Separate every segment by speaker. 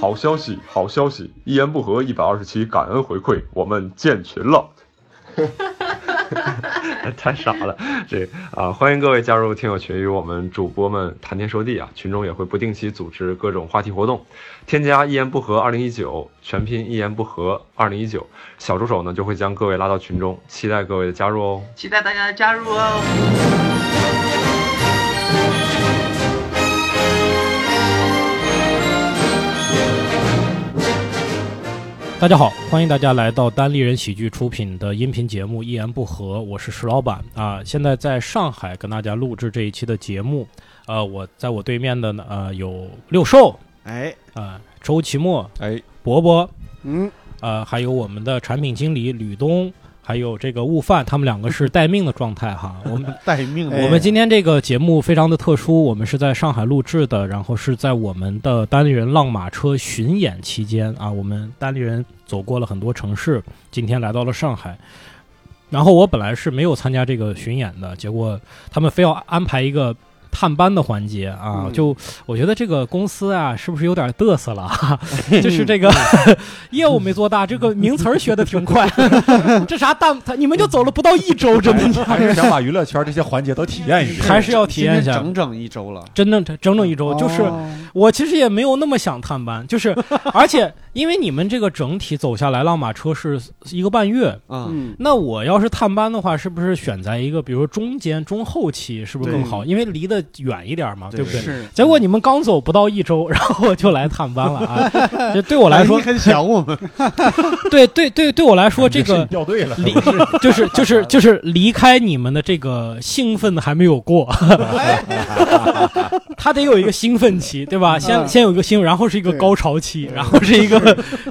Speaker 1: 好消息，好消息！一言不合一百二十七，感恩回馈，我们建群了。 太傻了，这啊，欢迎各位加入听友群，与我们主播们谈天说地啊。群中也会不定期组织各种话题活动，添加“一言不合二零一九”，全拼“一言不合二零一九”，小助手呢就会将各位拉到群中，期待各位的加入哦。
Speaker 2: 期待大家的加入哦。
Speaker 3: 大家好，欢迎大家来到单立人喜剧出品的音频节目《一言不合》，我是石老板啊。现在在上海跟大家录制这一期的节目，呃，我在我对面的呢，呃，有六兽
Speaker 4: 哎，
Speaker 3: 啊、呃周奇墨、
Speaker 1: 哎，
Speaker 3: 伯伯，
Speaker 4: 嗯，
Speaker 3: 呃，还有我们的产品经理吕东，还有这个悟饭，他们两个是待命的状态哈。我们
Speaker 4: 待命
Speaker 3: 哎我们今天这个节目非常的特殊，我们是在上海录制的，然后是在我们的单立人浪马车巡演期间啊，我们单立人走过了很多城市，今天来到了上海。然后我本来是没有参加这个巡演的，结果他们非要安排一个探班的环节啊，
Speaker 4: 嗯
Speaker 3: 就我觉得这个公司啊， 是不是有点嘚瑟了啊？ 就是这个 业务没做大，这个名词儿学的挺快， 这啥蛋？你们就走了不到一周，真的。
Speaker 5: 还是想把啊娱乐圈这些环
Speaker 3: 呃
Speaker 5: 节都体验一下。
Speaker 3: 还是要体验一下
Speaker 4: 今天整整一周了。
Speaker 3: 真正整整一周，就是
Speaker 4: 哦
Speaker 3: 我其实也没有那么想探班，就是 而且因为你们这个整体走下来，浪马车是一个半月，
Speaker 4: 嗯，
Speaker 3: 嗯那我要是探班的话，是不是选在一个比如说中间中后期是不是更好？因为离得远一点嘛，对不对？
Speaker 4: 是。
Speaker 3: 结果你们刚走不到一周，然后我就来探班了 啊！这对我来说
Speaker 4: 哎你，很想我们，
Speaker 3: 对对对，对我来说这
Speaker 5: 感觉是
Speaker 3: 个
Speaker 5: 你掉队了，
Speaker 3: 离 就是就是就是离开你们的这个兴奋还没有过，他得有一个兴奋期，对吧？先
Speaker 4: 嗯
Speaker 3: 先有一个兴奋，然后是一个
Speaker 4: 对
Speaker 3: 高潮期，然后是一个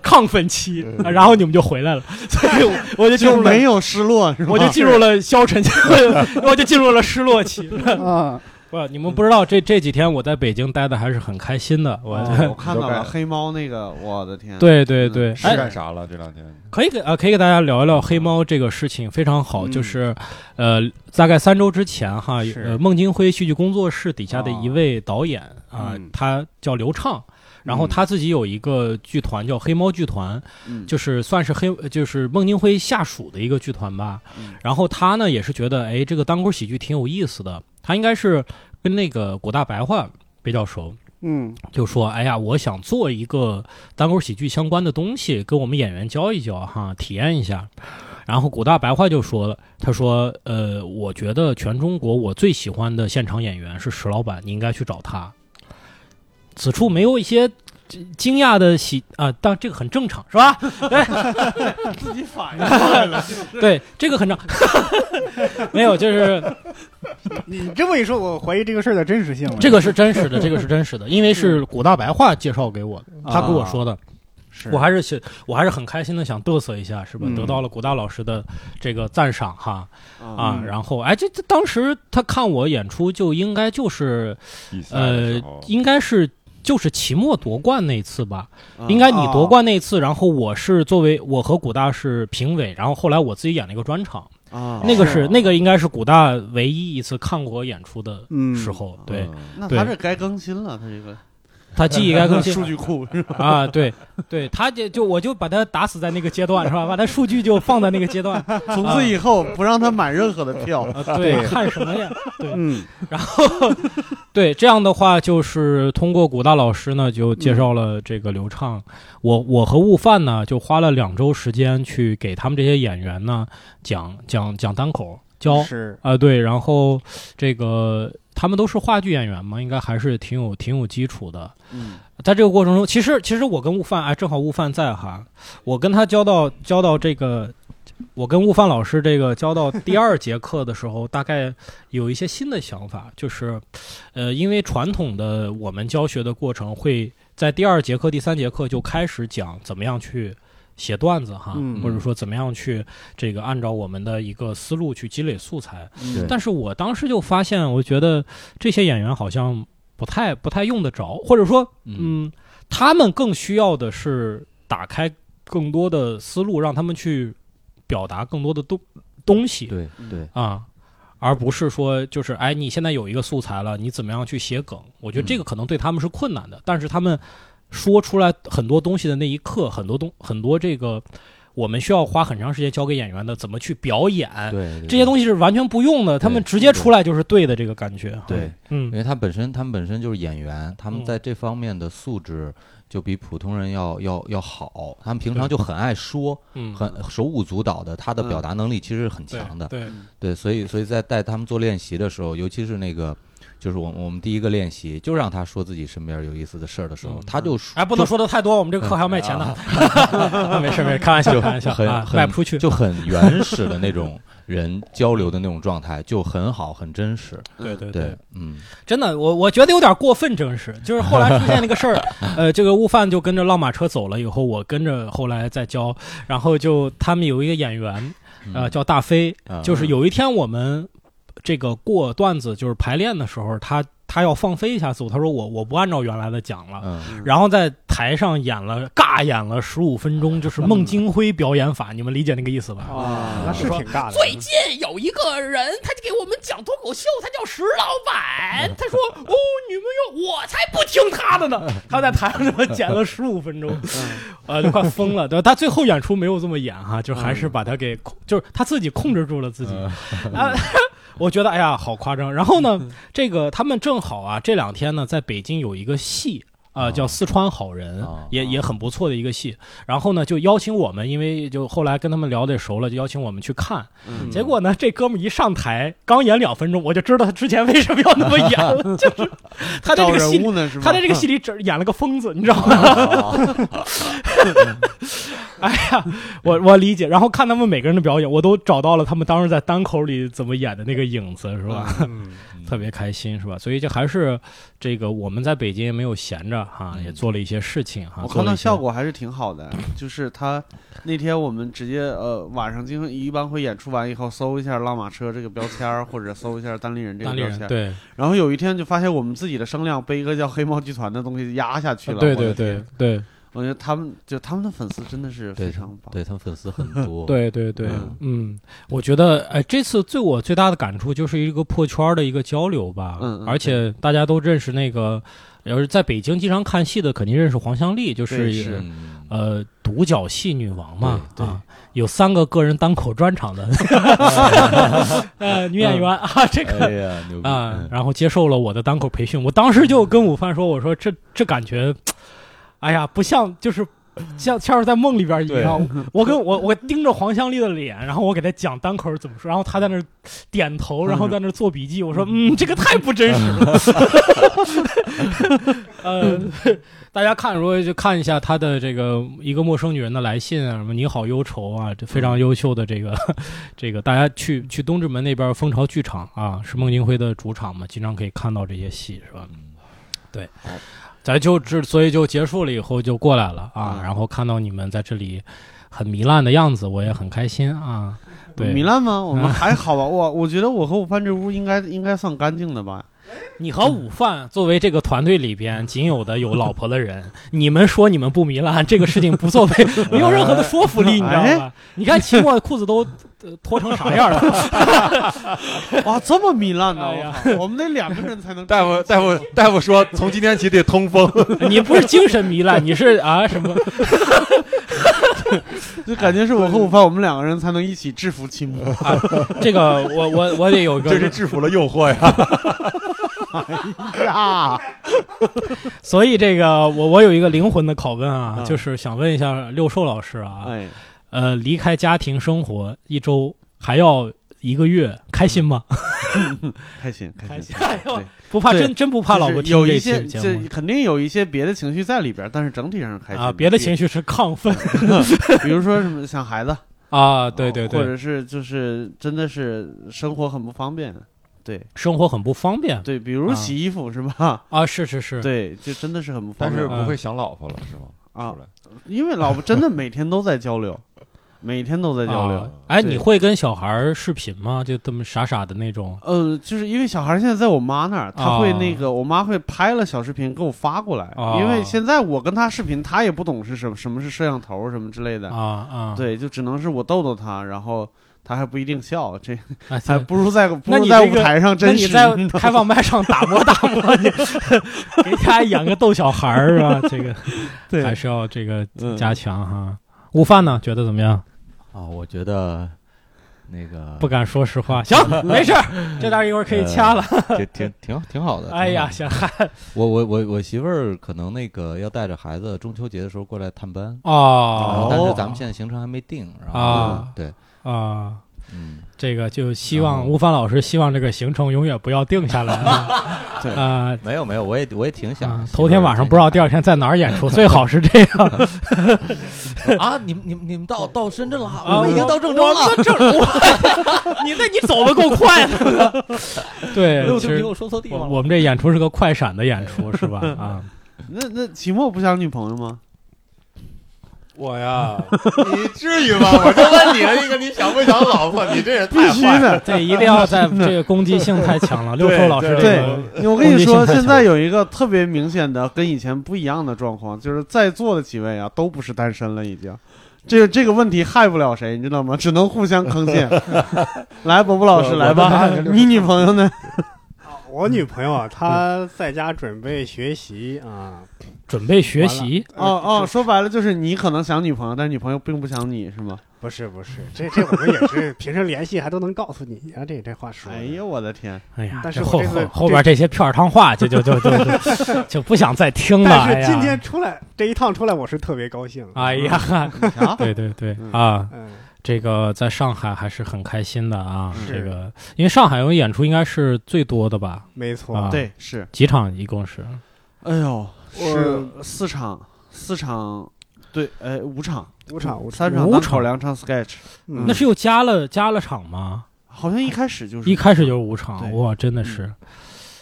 Speaker 3: 亢奋期，啊然后你们就回来了，所以我 我就进
Speaker 4: 就
Speaker 3: 入了
Speaker 4: 没。有失落，是吧？
Speaker 3: 我就进入了消沉期， 我就进入了失落期。
Speaker 4: 啊，
Speaker 3: 不，你们不知道这这几天我在北京待的还是很开心的。我，
Speaker 4: 哦我看到
Speaker 5: 你都
Speaker 4: 了
Speaker 5: 干
Speaker 4: 黑猫那个，我的天，，
Speaker 3: 对对对，
Speaker 5: 是
Speaker 3: 哎，
Speaker 5: 干啥了？这两天
Speaker 3: 可以给啊、可以给大家聊一聊黑猫这个事情，非常好。
Speaker 4: 嗯
Speaker 3: 就是，呃，大概三周之前哈，
Speaker 4: 是哦
Speaker 3: 呃，孟京辉戏剧工作室底下的一位导演啊、
Speaker 4: 嗯
Speaker 3: 他叫刘畅，然后他自己有一个剧团叫黑猫剧团，
Speaker 4: 嗯
Speaker 3: 就是算是黑就是孟京辉下属的一个剧团吧。
Speaker 4: 嗯
Speaker 3: 然后他呢也是觉得，哎，这个单口喜剧挺有意思的。他应该是跟那个古大白话比较熟，
Speaker 4: 嗯
Speaker 3: 就说：“哎呀，我想做一个单口喜剧相关的东西，跟我们演员教一教哈，体验一下。”然后古大白话就说了：“他说，呃，我觉得全中国我最喜欢的现场演员是石老板，你应该去找他。”此处没有一些惊惊讶的喜啊，但这个很正常，是吧？
Speaker 4: 自己反应过来了。
Speaker 3: 对，这个很正， 没有，就是
Speaker 6: 你这么一说，我怀疑这个事儿的真实性了。
Speaker 3: 这个是真实的，这个是真实的，因为是古大白话介绍给我的，他跟我说的。
Speaker 4: 是
Speaker 3: 我还是想，我还是很开心的，想嘚瑟一下，是吧？
Speaker 4: 嗯
Speaker 3: 得到了古大老师的这个赞赏哈啊，
Speaker 6: 嗯
Speaker 3: 然后哎，这这当时他看我演出就应该就是
Speaker 5: 比赛的
Speaker 3: 呃
Speaker 5: 时候，
Speaker 3: 应该是就是期末夺冠那次吧，
Speaker 4: 啊
Speaker 3: 应该你夺冠那次，然后我是作为我和古大是评委，然后后来我自己演了一个专场，
Speaker 4: 啊，
Speaker 3: 那个是那个应该是古大唯一一次看过我演出的
Speaker 6: 嗯
Speaker 3: 时候，对
Speaker 4: 那
Speaker 3: 对
Speaker 4: 他这该更新了，他这个
Speaker 3: 他记忆该更新
Speaker 4: 数据库 是吧？
Speaker 3: 啊，对对，他就就我就把他打死在那个阶段是吧？把他数据就放在那个阶段。
Speaker 4: 从此以后不让他买任何的票。
Speaker 3: 啊， 对，看什么呀？
Speaker 4: 嗯，
Speaker 3: 然后，对这样的话，就是通过古大老师呢，就介绍了这个刘畅。我我和悟饭呢，就花了两周时间去给他们这些演员呢讲讲讲单口教啊、
Speaker 4: 是
Speaker 3: 对，然后这个他们都是话剧演员嘛，应该还是挺有挺有基础的。
Speaker 4: 嗯
Speaker 3: 在这个过程中，其实其实我跟悟饭，哎，正好悟饭在哈，我跟他交到交到这个，我跟悟饭老师这个交到第二节课的时候，大概有一些新的想法，就是，呃，因为传统的我们教学的过程会在第二节课、第三节课就开始讲怎么样去写段子哈，
Speaker 4: 嗯
Speaker 3: 或者说怎么样去这个按照我们的一个思路去积累素材，
Speaker 5: 对
Speaker 3: 但是我当时就发现，我觉得这些演员好像不太不太用得着，或者说，
Speaker 5: 嗯
Speaker 3: 嗯，他们更需要的是打开更多的思路，让他们去表达更多的东东西。
Speaker 7: 对对，
Speaker 3: 啊，而不是说就是哎，
Speaker 7: 嗯
Speaker 3: 你现在有一个素材了，你怎么样去写梗？我觉得这个可能对他们是困难的，但是他们说出来很多东西的那一刻，很多东很多这个我们需要花很长时间教给演员的，怎么去表演，
Speaker 7: 对
Speaker 3: 这些东西是完全不用的，他们直接出来就是对的这个感觉。
Speaker 7: 对，
Speaker 3: 嗯
Speaker 7: 因，为他本身他们本身就是演员，他们
Speaker 3: 嗯
Speaker 7: 在这方面的素质就比普通人要要要好，他们平常就很爱说，
Speaker 3: 嗯，
Speaker 7: 很手舞足蹈的，他的表达能力其实是很
Speaker 3: 对
Speaker 7: 强的。
Speaker 3: 对，
Speaker 7: 对，所以所以在带他们做练习的时候，尤其是那个，就是我我们第一个练习，就让他说自己身边有意思的事儿的时候，
Speaker 3: 嗯
Speaker 7: 他就说
Speaker 3: 哎，不能说的太多，我们这个课还要卖钱呢。嗯啊 没事没事，开玩笑
Speaker 7: 就
Speaker 3: 开玩笑
Speaker 7: 很
Speaker 3: 啊，
Speaker 7: 很
Speaker 3: 卖不出去。
Speaker 7: 就很原始的那种人交流的那种状态，就很好，很真实。
Speaker 3: 对对
Speaker 7: 对，，嗯，
Speaker 3: 真的，我我觉得有点过分真实。就是后来出现那个事 儿，呃，这个悟饭就跟着浪马车走了以后，我跟着后来再教，然后就他们有一个演员，呃，
Speaker 7: 嗯
Speaker 3: 叫大飞，
Speaker 7: 啊
Speaker 3: 就是有一天我们这个过段子，就是排练的时候，他他要放飞一下自我，他说我我不按照原来的讲了。
Speaker 7: 嗯
Speaker 3: 然后在台上演了，尬演了十五分钟，就是 孟京辉表演法，你们理解那个意思吧？
Speaker 6: 啊，那是挺尬的。
Speaker 8: 最近有一个人，他就给我们讲脱口秀，他叫石老 板。他说：“哦，你们要，我才不听他的呢。嗯
Speaker 3: 他在台上这么剪了十五分钟，啊，就快疯了。对吧，他最后演出没有这么演哈，就还是
Speaker 8: 嗯
Speaker 3: 把他给控，就是他自己控制住了自己。 啊，我觉得哎呀，好夸张。然后
Speaker 8: 嗯
Speaker 3: 呢，这个他们正好啊，这两天呢，在北京有一个戏。啊、
Speaker 7: 哦
Speaker 3: 叫《四川好人》
Speaker 8: 啊
Speaker 7: 哦
Speaker 3: 也也很不错的一个戏。然后呢，就邀请我们，因为就后来跟他们聊得熟了，就邀请我们去看。
Speaker 4: 嗯
Speaker 3: 结果呢，这哥们儿一上台，刚演两分钟，我就知道他之前为什么要那么演 了，就是他在
Speaker 4: 找
Speaker 3: 这个戏
Speaker 4: 人
Speaker 3: 里
Speaker 4: 物呢是吧？
Speaker 3: 他在这个戏里只演了个疯子，你知道吗？
Speaker 4: 哦
Speaker 3: 哎呀，我我理解。然后看他们每个人的表演，我都找到了他们当时在单口里怎么演的那个影子，是吧？
Speaker 4: 嗯
Speaker 3: 特别开心，是吧？所以这还是这个我们在北京也没有闲着哈，
Speaker 7: 嗯
Speaker 3: 也做了一些事情哈。
Speaker 4: 我
Speaker 3: 啊做
Speaker 4: 看
Speaker 3: 了
Speaker 4: 到
Speaker 3: 一些
Speaker 4: 效，果还是挺好的，就是他那天我们直接呃晚上经常一般会演出完以后搜一下“拉马车”这个标签儿，或者搜一下单立人这个
Speaker 3: 当地
Speaker 4: 标
Speaker 3: 人
Speaker 4: 签儿。
Speaker 3: 对
Speaker 4: 然后有一天就发现我们自己的声量被一个叫黑猫集团的东西压下去了。
Speaker 3: 啊对
Speaker 4: 我
Speaker 3: 对
Speaker 4: 的天
Speaker 3: 对，对
Speaker 4: 我觉得他们就他们的粉丝真的是非
Speaker 7: 对
Speaker 4: 常棒。
Speaker 7: 对他们粉丝很多，
Speaker 3: 对对对
Speaker 4: 嗯，
Speaker 3: 嗯，我觉得哎，这次对我最大的感触就是一个破圈儿的一个交流吧。
Speaker 4: 嗯嗯
Speaker 3: 而且大家都认识那个，要是在北京经常看戏的，肯定认识黄香丽，就
Speaker 4: 对
Speaker 3: 是
Speaker 4: 是
Speaker 7: 嗯，
Speaker 3: 呃独角戏女王嘛，
Speaker 7: 对对
Speaker 3: 啊，有三个个人单口专场 的 呃女演员啊，这个
Speaker 7: 哎呀，牛逼
Speaker 3: 啊，
Speaker 7: 嗯
Speaker 3: 然后接受了我的单口培训。我当时就跟午饭说：“我说这这感觉，哎呀，不像就是。”像像是在梦里边一样，我跟我我盯着黄香丽的脸，然后我给她讲单口怎么说，然后她在那儿点头，然后在那儿做笔记。我说，嗯，这个太不真实了。呃，大家看，如果就看一下她的这个一个陌生女人的来信啊，什么你好忧愁啊，这非常优秀的这个这个大家去去东直门那边蜂巢剧场啊，是孟京辉的主场嘛，经常可以看到这些戏，是吧？
Speaker 4: 嗯
Speaker 3: 对，咱就这，所以就结束了以后就过来了啊，
Speaker 4: 嗯
Speaker 3: 然后看到你们在这里很糜烂的样子，我也很开心啊。对，
Speaker 4: 嗯
Speaker 3: 啊
Speaker 4: 糜烂吗？我们还好吧。我我觉得我和午饭这屋应该应该算干净的吧。
Speaker 3: 你和午饭作为这个团队里边仅有的有老婆的人，你们说你们不糜烂，这个事情不 作为，没有任何的说服力，你知道
Speaker 4: 哎
Speaker 3: 吗？你看秦末裤子都呃脱成啥样了？
Speaker 4: 哇，这么糜烂呢、
Speaker 3: 哎呀
Speaker 4: 我靠我们得两个人才能
Speaker 5: 大夫，大夫，大夫说，从今天起得通风。
Speaker 3: 你不是精神糜烂，你是啊什么？
Speaker 4: 就感觉是我和午饭我们两个人才能一起制服亲
Speaker 3: 啊
Speaker 4: 母。
Speaker 3: 这个我我我得有一个，
Speaker 5: 这是制服了诱惑呀！
Speaker 4: 啊，
Speaker 3: 哎所以这个我我有一个灵魂的拷问啊，
Speaker 4: 嗯
Speaker 3: 就是想问一下六兽老师啊，
Speaker 4: 哎，
Speaker 3: 呃，离开家庭生活一周还要一个月，开心吗？
Speaker 4: 开心开心。
Speaker 3: 哎呦
Speaker 4: 嗯对，
Speaker 3: 不怕
Speaker 4: 对
Speaker 3: 真真不怕老婆
Speaker 4: 就是有
Speaker 3: 听这
Speaker 4: 一些
Speaker 3: 期节
Speaker 4: 这
Speaker 3: 目
Speaker 4: 肯定有一些别的情绪在里边儿，但是整体上是开心
Speaker 3: 啊，别的情
Speaker 4: 绪，
Speaker 3: 绪是亢 奋
Speaker 4: 比如说什么想孩子，
Speaker 3: 啊， 对对
Speaker 4: 哦或
Speaker 3: 对，
Speaker 4: 者是就是真的是生活很不方便，对
Speaker 3: 生活很不方便
Speaker 4: 对，比如
Speaker 3: 啊
Speaker 4: 洗衣服是吧？
Speaker 3: 啊，是是是，
Speaker 4: 对，就真的是很不方
Speaker 5: 但
Speaker 4: 便
Speaker 5: 是
Speaker 3: 呃
Speaker 5: 不会想老婆了，是吗？
Speaker 4: 啊
Speaker 5: 出，来
Speaker 4: 因为老婆真的每天都在交流，每天都在交
Speaker 3: 啊
Speaker 4: 流。，
Speaker 3: 哎，
Speaker 4: 对
Speaker 3: 你会跟小孩儿视频吗？就这么傻傻的那种
Speaker 4: 呃，就是因为小孩现在在我妈那儿，他会
Speaker 3: 啊
Speaker 4: 那个，我妈会拍了小视频给我发过来。因
Speaker 3: 啊
Speaker 4: 为现在我跟他视频，他也不懂是什么什么是摄像头什么之类的
Speaker 3: 啊，啊，
Speaker 4: 对，就只能是我逗逗他，然后他还不一定笑，这
Speaker 3: 啊，
Speaker 4: 还不如在不
Speaker 3: 那
Speaker 4: 如
Speaker 3: 你
Speaker 4: 在
Speaker 3: 这
Speaker 4: 舞
Speaker 3: 个
Speaker 4: 台上
Speaker 3: 那
Speaker 4: 真
Speaker 3: 你
Speaker 4: 实。
Speaker 3: 在开放麦上打磨打磨，你给大家演个逗小孩儿是吧？这个
Speaker 4: 对
Speaker 3: 还是要这个
Speaker 4: 嗯
Speaker 3: 加强哈。午饭呢？觉得怎么样？
Speaker 7: 啊，我觉得那个
Speaker 3: 不敢说实话，行，没事儿，这段一会儿可以掐了。
Speaker 7: 这挺挺挺好的。
Speaker 3: 哎
Speaker 7: 挺好
Speaker 3: 呀，
Speaker 7: 的，
Speaker 3: 行，
Speaker 7: 我我我我媳妇儿可能那个要带着孩子中秋节的时候过来探班，然
Speaker 3: 哦
Speaker 7: 后，但是咱们现在行程还没定，然后
Speaker 3: 啊
Speaker 7: 对，
Speaker 3: 啊。
Speaker 7: 嗯，
Speaker 3: 这个就希
Speaker 7: 然
Speaker 3: 望
Speaker 7: 后
Speaker 3: 吴凡老师希望这个行程永远不要定下来啊
Speaker 4: 对
Speaker 3: 啊
Speaker 7: 没有没有，我也我也挺想
Speaker 3: 啊，头天晚上不知道第二天在哪儿演出，最好是这样。
Speaker 7: 啊，你们你们你们到到深圳了，
Speaker 3: 啊
Speaker 7: 我们已经
Speaker 3: 我
Speaker 7: 到郑州了，
Speaker 3: 郑州，你那你走的够快的。对，
Speaker 7: 六
Speaker 3: 其
Speaker 7: 十
Speaker 3: 实
Speaker 7: 米我说错地
Speaker 3: 我
Speaker 7: 方了。
Speaker 3: 我们这演出是个快闪的演出，是吧？啊，
Speaker 4: 那那秦墨不想女朋友吗？
Speaker 5: 我呀，你至于吗？我就问你了一个，你想不想老婆？你这人
Speaker 4: 必须
Speaker 5: 了。
Speaker 4: 的。
Speaker 3: 对，一定要在这个攻击性太强 了。六兽老师这
Speaker 4: 对
Speaker 3: 个，
Speaker 4: 我跟你说，
Speaker 3: 攻击性太强
Speaker 4: 现在有一个特别明显的跟以前不一样的状况，就是在座的几位啊，都不是单身了，已经。这这个问题害不了谁，你知道吗？只能互相坑陷。来，伯伯老师，
Speaker 5: 我
Speaker 4: 来吧
Speaker 5: 我，
Speaker 4: 你女朋友呢？
Speaker 6: 我女朋友啊，她在家准备学习啊，
Speaker 3: 准备学习
Speaker 4: 哦哦，
Speaker 6: 就
Speaker 4: 说白了就是你可能想女朋友，但是女朋友并不想你，是吗？
Speaker 6: 不是不是，这这我们也是平时联系还都能告诉你啊，这这话说的。
Speaker 4: 哎呀，我的天！
Speaker 3: 哎呀，
Speaker 6: 但
Speaker 3: 这
Speaker 6: 是我
Speaker 3: 后
Speaker 6: 这次
Speaker 3: 后后边这些片儿汤话，就就就就 就就不想再听了。
Speaker 6: 但
Speaker 3: 哎
Speaker 6: 是
Speaker 3: 呀
Speaker 6: 今天出来这一趟出来，我是特别高兴。
Speaker 3: 哎，呀，
Speaker 4: 你 瞧
Speaker 3: 对对对
Speaker 4: 嗯
Speaker 3: 啊，
Speaker 6: 嗯，
Speaker 3: 这个在上海还是很开心的啊。
Speaker 6: 是
Speaker 3: 这个因为上海有演出应该是最多的吧？
Speaker 6: 没
Speaker 3: 啊
Speaker 6: 错，
Speaker 4: 对，是，
Speaker 3: 几场一共是？
Speaker 4: 哎呦，
Speaker 6: 我
Speaker 4: 是四场，四场，对，哎，五场，
Speaker 6: 五场五场，
Speaker 4: 三场
Speaker 3: 五
Speaker 4: 单
Speaker 3: 场
Speaker 4: 口，两场 sketch，
Speaker 6: 嗯
Speaker 3: 那是又加了加了场吗？
Speaker 4: 好像一开始就是
Speaker 3: 一开始就是五场，
Speaker 4: 对嗯
Speaker 3: 哇，真的是，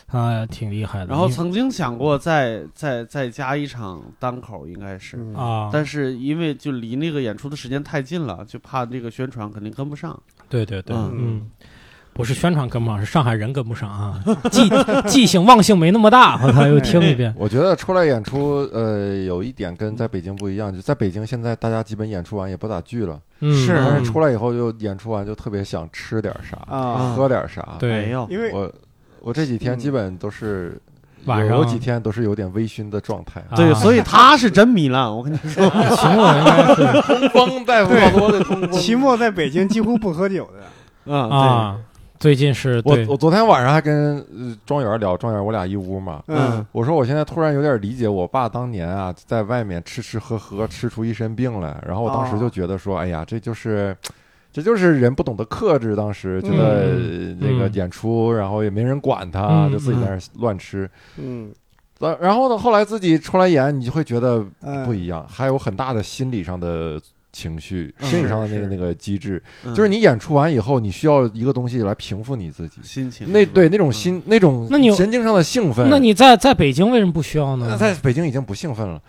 Speaker 3: 啊，挺厉害的。
Speaker 4: 然后
Speaker 3: 因为
Speaker 4: 曾经想过再再再加一场单口，应该是，
Speaker 6: 嗯
Speaker 3: 啊，
Speaker 4: 但是因为就离那个演出的时间太近了，就怕这个宣传肯定跟不上。
Speaker 3: 对对对，
Speaker 4: 嗯
Speaker 3: 嗯。不是宣传跟不上，是上海人跟不上啊， 记记性忘性没那么大。我操，又听一遍，
Speaker 9: 我觉得出来演出，呃，有一点跟在北京不一样，就在北京现在大家基本演出完也不咋聚了，
Speaker 3: 嗯，
Speaker 4: 是
Speaker 9: 但是
Speaker 3: 嗯
Speaker 9: 出来以后就演出完就特别想吃点啥，
Speaker 6: 啊，
Speaker 9: 喝点啥。
Speaker 4: 哎
Speaker 3: 对，
Speaker 4: 呦，
Speaker 6: 因为
Speaker 9: 我我这几天基本都是
Speaker 3: 嗯晚上啊
Speaker 9: 有几天都是有点微醺的状态。
Speaker 4: 对，所
Speaker 3: 以
Speaker 4: 以他是真糜烂，我跟你说，
Speaker 3: 啊 秦墨应该是
Speaker 5: 风大夫好多的通风。
Speaker 6: 期末在北京几乎不喝酒的，
Speaker 4: 嗯，对，
Speaker 3: 啊，最近是
Speaker 9: 我
Speaker 3: 对
Speaker 9: 我昨天晚上还跟呃庄园聊，庄园我俩一屋嘛，
Speaker 6: 嗯，
Speaker 9: 我说我现在突然有点理解我爸当年啊，在外面吃吃喝喝吃出一身病来，然后我当时就觉得说，哎呀，这就是。这就是人不懂得克制，当时觉得
Speaker 3: 嗯
Speaker 9: 那个
Speaker 3: 嗯
Speaker 9: 演出，然后也没人管他，
Speaker 3: 嗯
Speaker 9: 就自己在那儿乱吃。
Speaker 6: 嗯
Speaker 9: 然然后呢，后来自己出来演，你就会觉得
Speaker 6: 嗯，
Speaker 9: 不一样，还有很大的心理上的情绪，
Speaker 4: 嗯
Speaker 9: 心理上的那
Speaker 6: 是
Speaker 9: 个
Speaker 6: 是
Speaker 9: 那个机制，
Speaker 4: 嗯
Speaker 9: 就是你演出完以后，你需要一个东西来平复你自己。
Speaker 4: 嗯心情
Speaker 9: 那
Speaker 4: 是吧
Speaker 9: 对那种心那种
Speaker 3: 那你有
Speaker 9: 神经上的兴奋，
Speaker 3: 那你在在北京为什么不需要
Speaker 9: 那
Speaker 3: 呢？
Speaker 9: 在北京已经不兴奋了。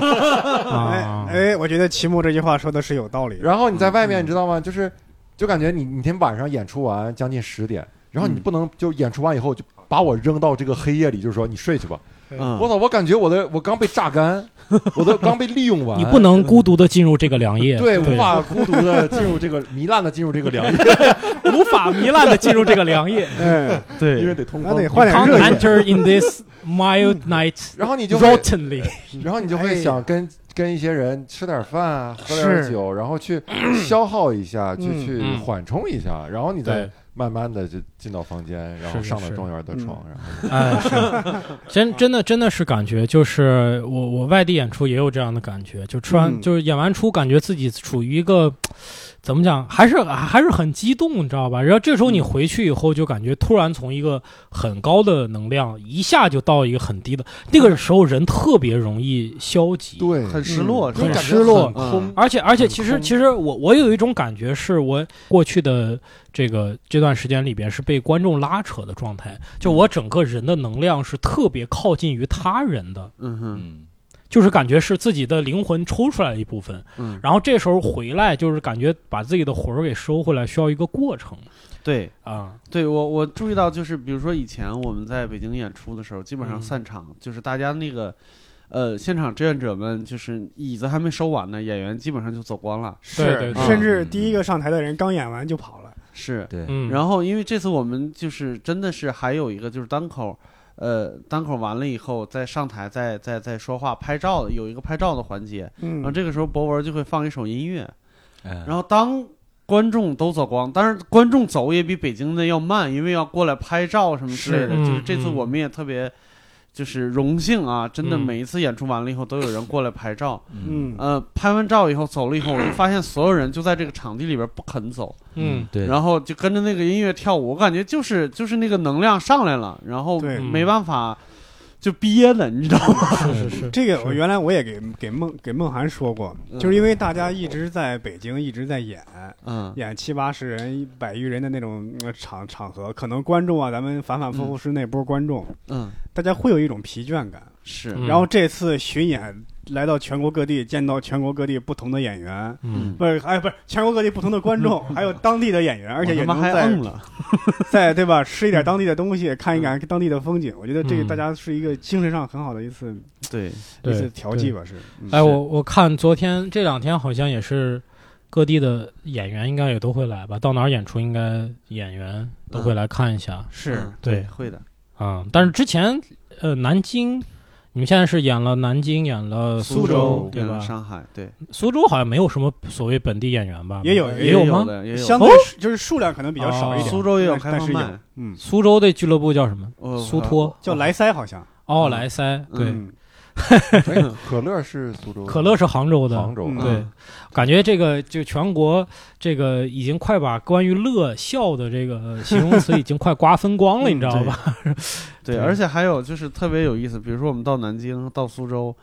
Speaker 3: 啊，
Speaker 6: 哎，我觉得期末这句话说的是有道理的。
Speaker 9: 然后你在外面，你知道吗？就是就感觉你你天晚上演出完将近十点，然后你
Speaker 4: 嗯
Speaker 9: 不能就演出完以后就把我扔到这个黑夜里，就是说你睡去吧。
Speaker 4: 嗯，
Speaker 9: 我操！我感觉我的我刚被榨干，我的刚被利用完。
Speaker 3: 你不能孤独的进入这个良夜，
Speaker 9: 对无法孤独的进入这个糜烂的进入这个良夜，
Speaker 3: 无法糜烂的进入这个良夜。
Speaker 6: 嗯，
Speaker 9: 因为
Speaker 4: 对，
Speaker 9: 得通
Speaker 6: 那
Speaker 9: 风
Speaker 6: 得。换点
Speaker 3: Can't
Speaker 6: 热
Speaker 3: enter
Speaker 6: 饮。
Speaker 3: in this mild night
Speaker 9: 然后 你就会，
Speaker 3: rottenly。
Speaker 9: 然后你就
Speaker 6: 哎
Speaker 9: 会
Speaker 6: 呀
Speaker 9: 想跟跟一些人吃点饭啊，喝点
Speaker 6: 是
Speaker 9: 酒，然后去消耗一下，
Speaker 6: 嗯
Speaker 9: 去去
Speaker 3: 嗯
Speaker 9: 缓冲一下，然后你再
Speaker 3: 对，
Speaker 9: 慢慢的就进到房间，然后
Speaker 3: 是是
Speaker 9: 上了
Speaker 3: 是
Speaker 9: 庄园的床，然 后
Speaker 3: 哎，是，真真的真的是感觉，就是我我外地演出也有这样的感觉，就吃完
Speaker 6: 嗯
Speaker 3: 就是演完出，感觉自己处于一个怎么讲，还是还是很激动，你知道吧？然后这时候你回去以后，就感觉突然从一个很高的能量一下就到一个很低的，那个时候人特别容易消极，
Speaker 9: 对
Speaker 4: 很失落，
Speaker 3: 嗯
Speaker 4: 是吧
Speaker 3: 很失落
Speaker 4: 嗯
Speaker 9: 空。
Speaker 3: 而且而且，
Speaker 9: 很
Speaker 3: 其实
Speaker 9: 空
Speaker 3: 其实我我有一种感觉，是我过去的这个这段时间里边是被观众拉扯的状态，就我整个人的能量是特别靠近于他人的，
Speaker 4: 嗯哼，
Speaker 7: 嗯，
Speaker 3: 就是感觉是自己的灵魂抽出来一部分，
Speaker 4: 嗯，
Speaker 3: 然后这时候回来就是感觉把自己的魂儿给收回来，需要一个过程
Speaker 4: 对。
Speaker 3: 啊，
Speaker 4: 对我，我注意到就是，比如说以前我们在北京演出的时候，基本上
Speaker 3: 嗯
Speaker 4: 散场、就是大家那个，呃，现场志愿者们就是椅子还没收完呢，演员基本上就走光了。
Speaker 3: 对
Speaker 6: 是
Speaker 4: 嗯
Speaker 3: 对对
Speaker 6: 甚至第一个上台的人刚演完就跑了，
Speaker 4: 是，
Speaker 7: 对，
Speaker 3: 嗯，
Speaker 4: 然后因为这次我们就是真的是还有一个就是单口，呃，单口完了以后再上台再再再说话拍照，有一个拍照的环节，
Speaker 6: 嗯
Speaker 4: 然后，啊这个时候博文就会放一首音乐，
Speaker 7: 然
Speaker 4: 然后当观众都走光，但是观众走也比北京的要慢，因为要过来拍照什么之类的。
Speaker 3: 是
Speaker 4: 就是这次
Speaker 3: 嗯嗯
Speaker 4: 我们也特别，就是荣幸啊，真的
Speaker 3: 嗯
Speaker 4: 每一次演出完了以后都有人过来拍照。
Speaker 6: 嗯，
Speaker 4: 呃，拍完照以后走了以后，我就发现所有人就在这个场地里边不肯走，
Speaker 3: 嗯，
Speaker 7: 对，
Speaker 4: 然后就跟着那个音乐跳舞，我感觉就是就是那个能量上来了，然后
Speaker 6: 对
Speaker 4: 没办法。就憋的，你知道吗？
Speaker 3: 是是是，
Speaker 6: 这个我原来我也给给孟给孟涵说过，就是因为大家一直在北京一直在演，
Speaker 4: 嗯，
Speaker 6: 演七八十人、百余人的那种呃场场合，可能观众啊，咱们反反复复是那波观众，
Speaker 4: 嗯，
Speaker 6: 大家会有一种疲倦感。
Speaker 4: 是，
Speaker 3: 嗯
Speaker 6: 然后这次巡演来到全国各地，见到全国各地不同的演员，
Speaker 3: 嗯
Speaker 6: 不是，哎，不是全国各地不同的观众，还有当地的演员，而且
Speaker 4: 嗯我
Speaker 6: 也
Speaker 4: 他妈
Speaker 6: 能
Speaker 4: 还
Speaker 6: 在
Speaker 4: 嗯了，
Speaker 6: 在 对吧，吃一点当地的东西，看一看当地的风景。我觉得这个
Speaker 3: 嗯
Speaker 6: 大家是一个精神上很好的一次
Speaker 4: 对，
Speaker 6: 一
Speaker 3: 对
Speaker 6: 次调剂吧，是。嗯
Speaker 3: 哎，我我看昨天这两天好像也是各地的演员应该也都会来吧，到哪儿演出应该演员都会来看一下。
Speaker 4: 是
Speaker 6: 嗯
Speaker 3: 对
Speaker 4: 会的，
Speaker 3: 啊、但是之前呃南京，你们现在是演了南京，演了
Speaker 6: 苏
Speaker 3: 呃
Speaker 6: 州
Speaker 3: 州对吧？
Speaker 4: 上海，对，
Speaker 3: 苏州好像没有什么所谓本地演员吧？
Speaker 6: 也有
Speaker 3: 没
Speaker 6: 也
Speaker 3: 有
Speaker 4: 也有
Speaker 3: 吗？
Speaker 4: 的，也有
Speaker 6: 相对是就是数量可能比较少一点，
Speaker 3: 哦
Speaker 4: 苏州也有
Speaker 6: 但
Speaker 4: 开
Speaker 6: 但
Speaker 4: 放
Speaker 6: 是有
Speaker 4: 麦，
Speaker 6: 嗯，
Speaker 3: 苏州的俱乐部叫什么？
Speaker 4: 哦
Speaker 3: 苏托
Speaker 6: 叫莱塞好像，
Speaker 3: 奥莱塞。对，
Speaker 6: 嗯
Speaker 9: 所以哎可乐是苏州的，
Speaker 3: 可乐是杭州的。
Speaker 9: 杭州的
Speaker 6: 嗯
Speaker 3: 对，感觉这个就全国这个已经快把关于乐笑的这个形容词已经快瓜分光了，你知道吧？
Speaker 4: 对，
Speaker 3: 对
Speaker 4: 而且还有就是特别有意思，比如说我们到南京、到苏州，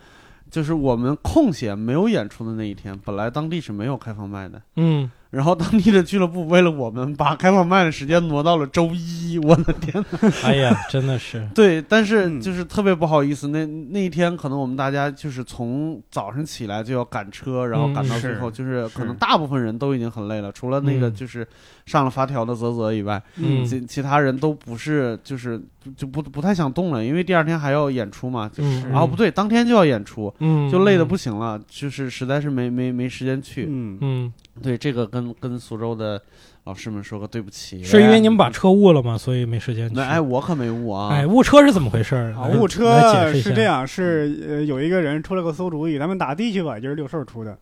Speaker 4: 就是我们空闲没有演出的那一天，本来当地是没有开放麦的，
Speaker 3: 嗯，
Speaker 4: 然后当地的俱乐部为了我们，把开放麦的时间挪到了周一，我的天！
Speaker 3: 哎呀，真的是，
Speaker 4: 对，但是
Speaker 6: 嗯
Speaker 4: 就是特别不好意思，那那一天可能我们大家就是从早上起来就要赶车，然
Speaker 3: 嗯
Speaker 4: 后赶到最后，就是可能大部分人都已经很累了，除了那个
Speaker 3: 嗯
Speaker 4: 就是上了发条的泽泽以外。
Speaker 3: 嗯
Speaker 4: 其其他人都不是，就是就就不不太想动了，因为第二天还要演出嘛。就
Speaker 3: 嗯，
Speaker 4: 然后不对，当天就要演出，
Speaker 3: 嗯，
Speaker 4: 就累得不行了，就是实在是没没没时间去。
Speaker 6: 嗯，
Speaker 3: 嗯，
Speaker 4: 对，这个跟跟苏州的老师们说个对不起，
Speaker 3: 是因为你们把车误了吗？所以没时间去。
Speaker 4: 那哎，我可没误啊。
Speaker 3: 哎，误车是怎么回事儿？
Speaker 6: 啊，
Speaker 3: 来
Speaker 6: 误
Speaker 3: 来解
Speaker 6: 车
Speaker 3: 释一下嗯
Speaker 6: 是这，样，是呃有一个人出了个馊主意，咱们打的去吧，也就是六兽出 的。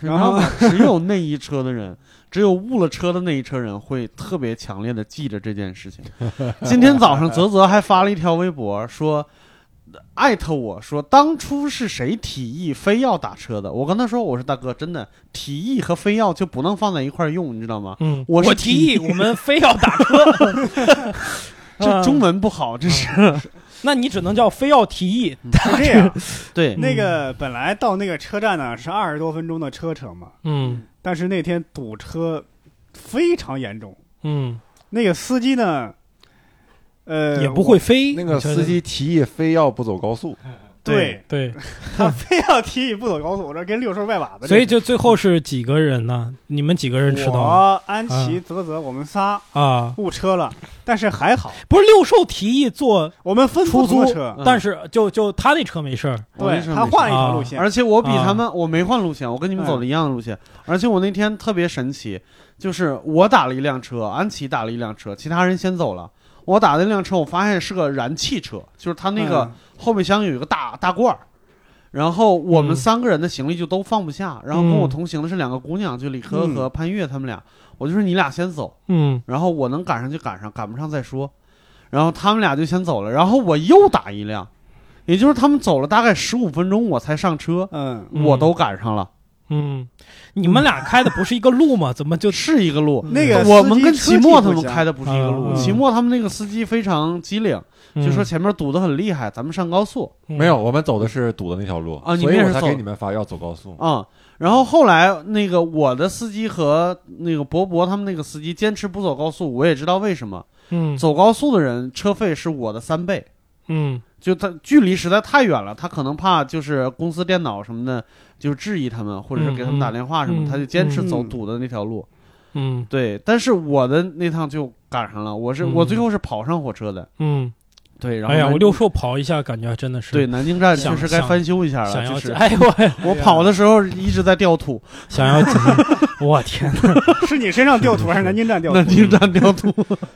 Speaker 6: 然后
Speaker 4: 你知道吗只有那一车的人，只有误了车的那一车人会特别强烈的记着这件事情。今天早上，泽泽还发了一条微博说。艾特我说，当初是谁提议非要打车的？我跟他说，我说大哥，真的提议和非要就不能放在一块儿用，你知道吗？
Speaker 3: 嗯，
Speaker 4: 我是
Speaker 3: 我提议我们非要打车，
Speaker 4: 这
Speaker 6: 嗯
Speaker 3: 啊
Speaker 4: 中文不好，这是、
Speaker 3: 那你只能叫非要提议。
Speaker 6: 是这样，
Speaker 4: 对
Speaker 6: 那个本来到那个车站呢是二十多分钟的车程嘛，
Speaker 3: 嗯
Speaker 6: 但是那天堵车非常严重，
Speaker 3: 嗯，
Speaker 6: 那个司机呢，呃，
Speaker 3: 也不会飞。
Speaker 9: 那个
Speaker 3: 你瞧瞧
Speaker 9: 司机提议非要不走高速，
Speaker 4: 嗯
Speaker 6: 对
Speaker 3: 对，
Speaker 6: 他 非要提议不走高速，我这跟六兽拜把子。
Speaker 3: 所以就
Speaker 6: 这
Speaker 3: 最后是几个人呢？你们几个人
Speaker 6: 是
Speaker 3: 迟到
Speaker 6: 我安
Speaker 4: 嗯
Speaker 6: 琪、泽泽，我们仨
Speaker 3: 啊？
Speaker 6: 误车了，但是还好，
Speaker 3: 不是六兽提议坐
Speaker 6: 我们分
Speaker 3: 出
Speaker 6: 不同
Speaker 3: 租
Speaker 6: 的车，
Speaker 4: 嗯
Speaker 3: 但是就就他那车没事儿。
Speaker 4: 我那
Speaker 6: 对
Speaker 4: 车
Speaker 6: 他
Speaker 4: 没
Speaker 6: 换了一条路线，
Speaker 4: 而且我比他们，我没换路线，我跟你们走了一样的路线。而且我那天特别神奇，就是我打了一辆车，安琪打了一辆车，其他人先走了。我打的那辆车，我发现是个燃气车，就是它那个
Speaker 6: 嗯
Speaker 4: 后备箱有一个大大罐儿。然后我们
Speaker 3: 嗯
Speaker 4: 三个人的行李就都放不下，然后跟
Speaker 3: 嗯
Speaker 4: 我同行的是两个姑娘，就李科和潘越他们俩。我就说你俩先走，
Speaker 3: 嗯
Speaker 4: 然后我能赶上就赶上，赶不上再说。然后他们俩就先走了，然后我又打一辆，也就是他们走了大概十五分钟，我才上车，
Speaker 6: 嗯，
Speaker 3: 嗯
Speaker 4: 我都赶上了，
Speaker 3: 嗯，你们俩开的不是一个路吗？怎 么就是
Speaker 4: 一个路。
Speaker 6: 嗯那个
Speaker 4: 我们跟
Speaker 6: 齐
Speaker 4: 齐墨他们开的不是一个路，
Speaker 3: 嗯
Speaker 4: 齐墨他们那个司机非常机灵，就说
Speaker 3: 嗯
Speaker 4: 前面堵得很厉害，咱们上高速
Speaker 9: 没有，我们走的是堵的那条路
Speaker 4: 啊你
Speaker 9: 所
Speaker 4: 们
Speaker 9: 以
Speaker 4: 也
Speaker 9: 我
Speaker 4: 是
Speaker 9: 才
Speaker 4: 走
Speaker 9: 给你们发要走高速。
Speaker 4: 啊。然后后来那个我的司机和那个博博他们那个司机坚持不走高速，我也知道为什么。
Speaker 3: 嗯
Speaker 4: 走高速的人车费是我的三倍，
Speaker 3: 嗯
Speaker 4: 就他距离实在太远了，他可能怕就是公司电脑什么的，就质疑他们，或者是给他们打电话什
Speaker 3: 嗯
Speaker 4: 么，他就坚持走
Speaker 6: 嗯
Speaker 4: 堵的那条路。
Speaker 3: 嗯
Speaker 4: 对，但是我的那趟就赶上了，我是、
Speaker 3: 嗯
Speaker 4: 我最后是跑上火车的，
Speaker 3: 嗯
Speaker 4: 对，然后
Speaker 3: 哎呀，
Speaker 4: 南
Speaker 3: 我六兽跑一下，感觉还真的是
Speaker 4: 对南京站确
Speaker 3: 想
Speaker 4: 实该翻修一下了，
Speaker 3: 想要
Speaker 4: 就，是
Speaker 3: 哎呦 我
Speaker 4: 我跑的时候一直在掉土，
Speaker 3: 想要，我天哪！
Speaker 6: 是你身上掉土还是南京站掉土？
Speaker 4: 南京站掉 土，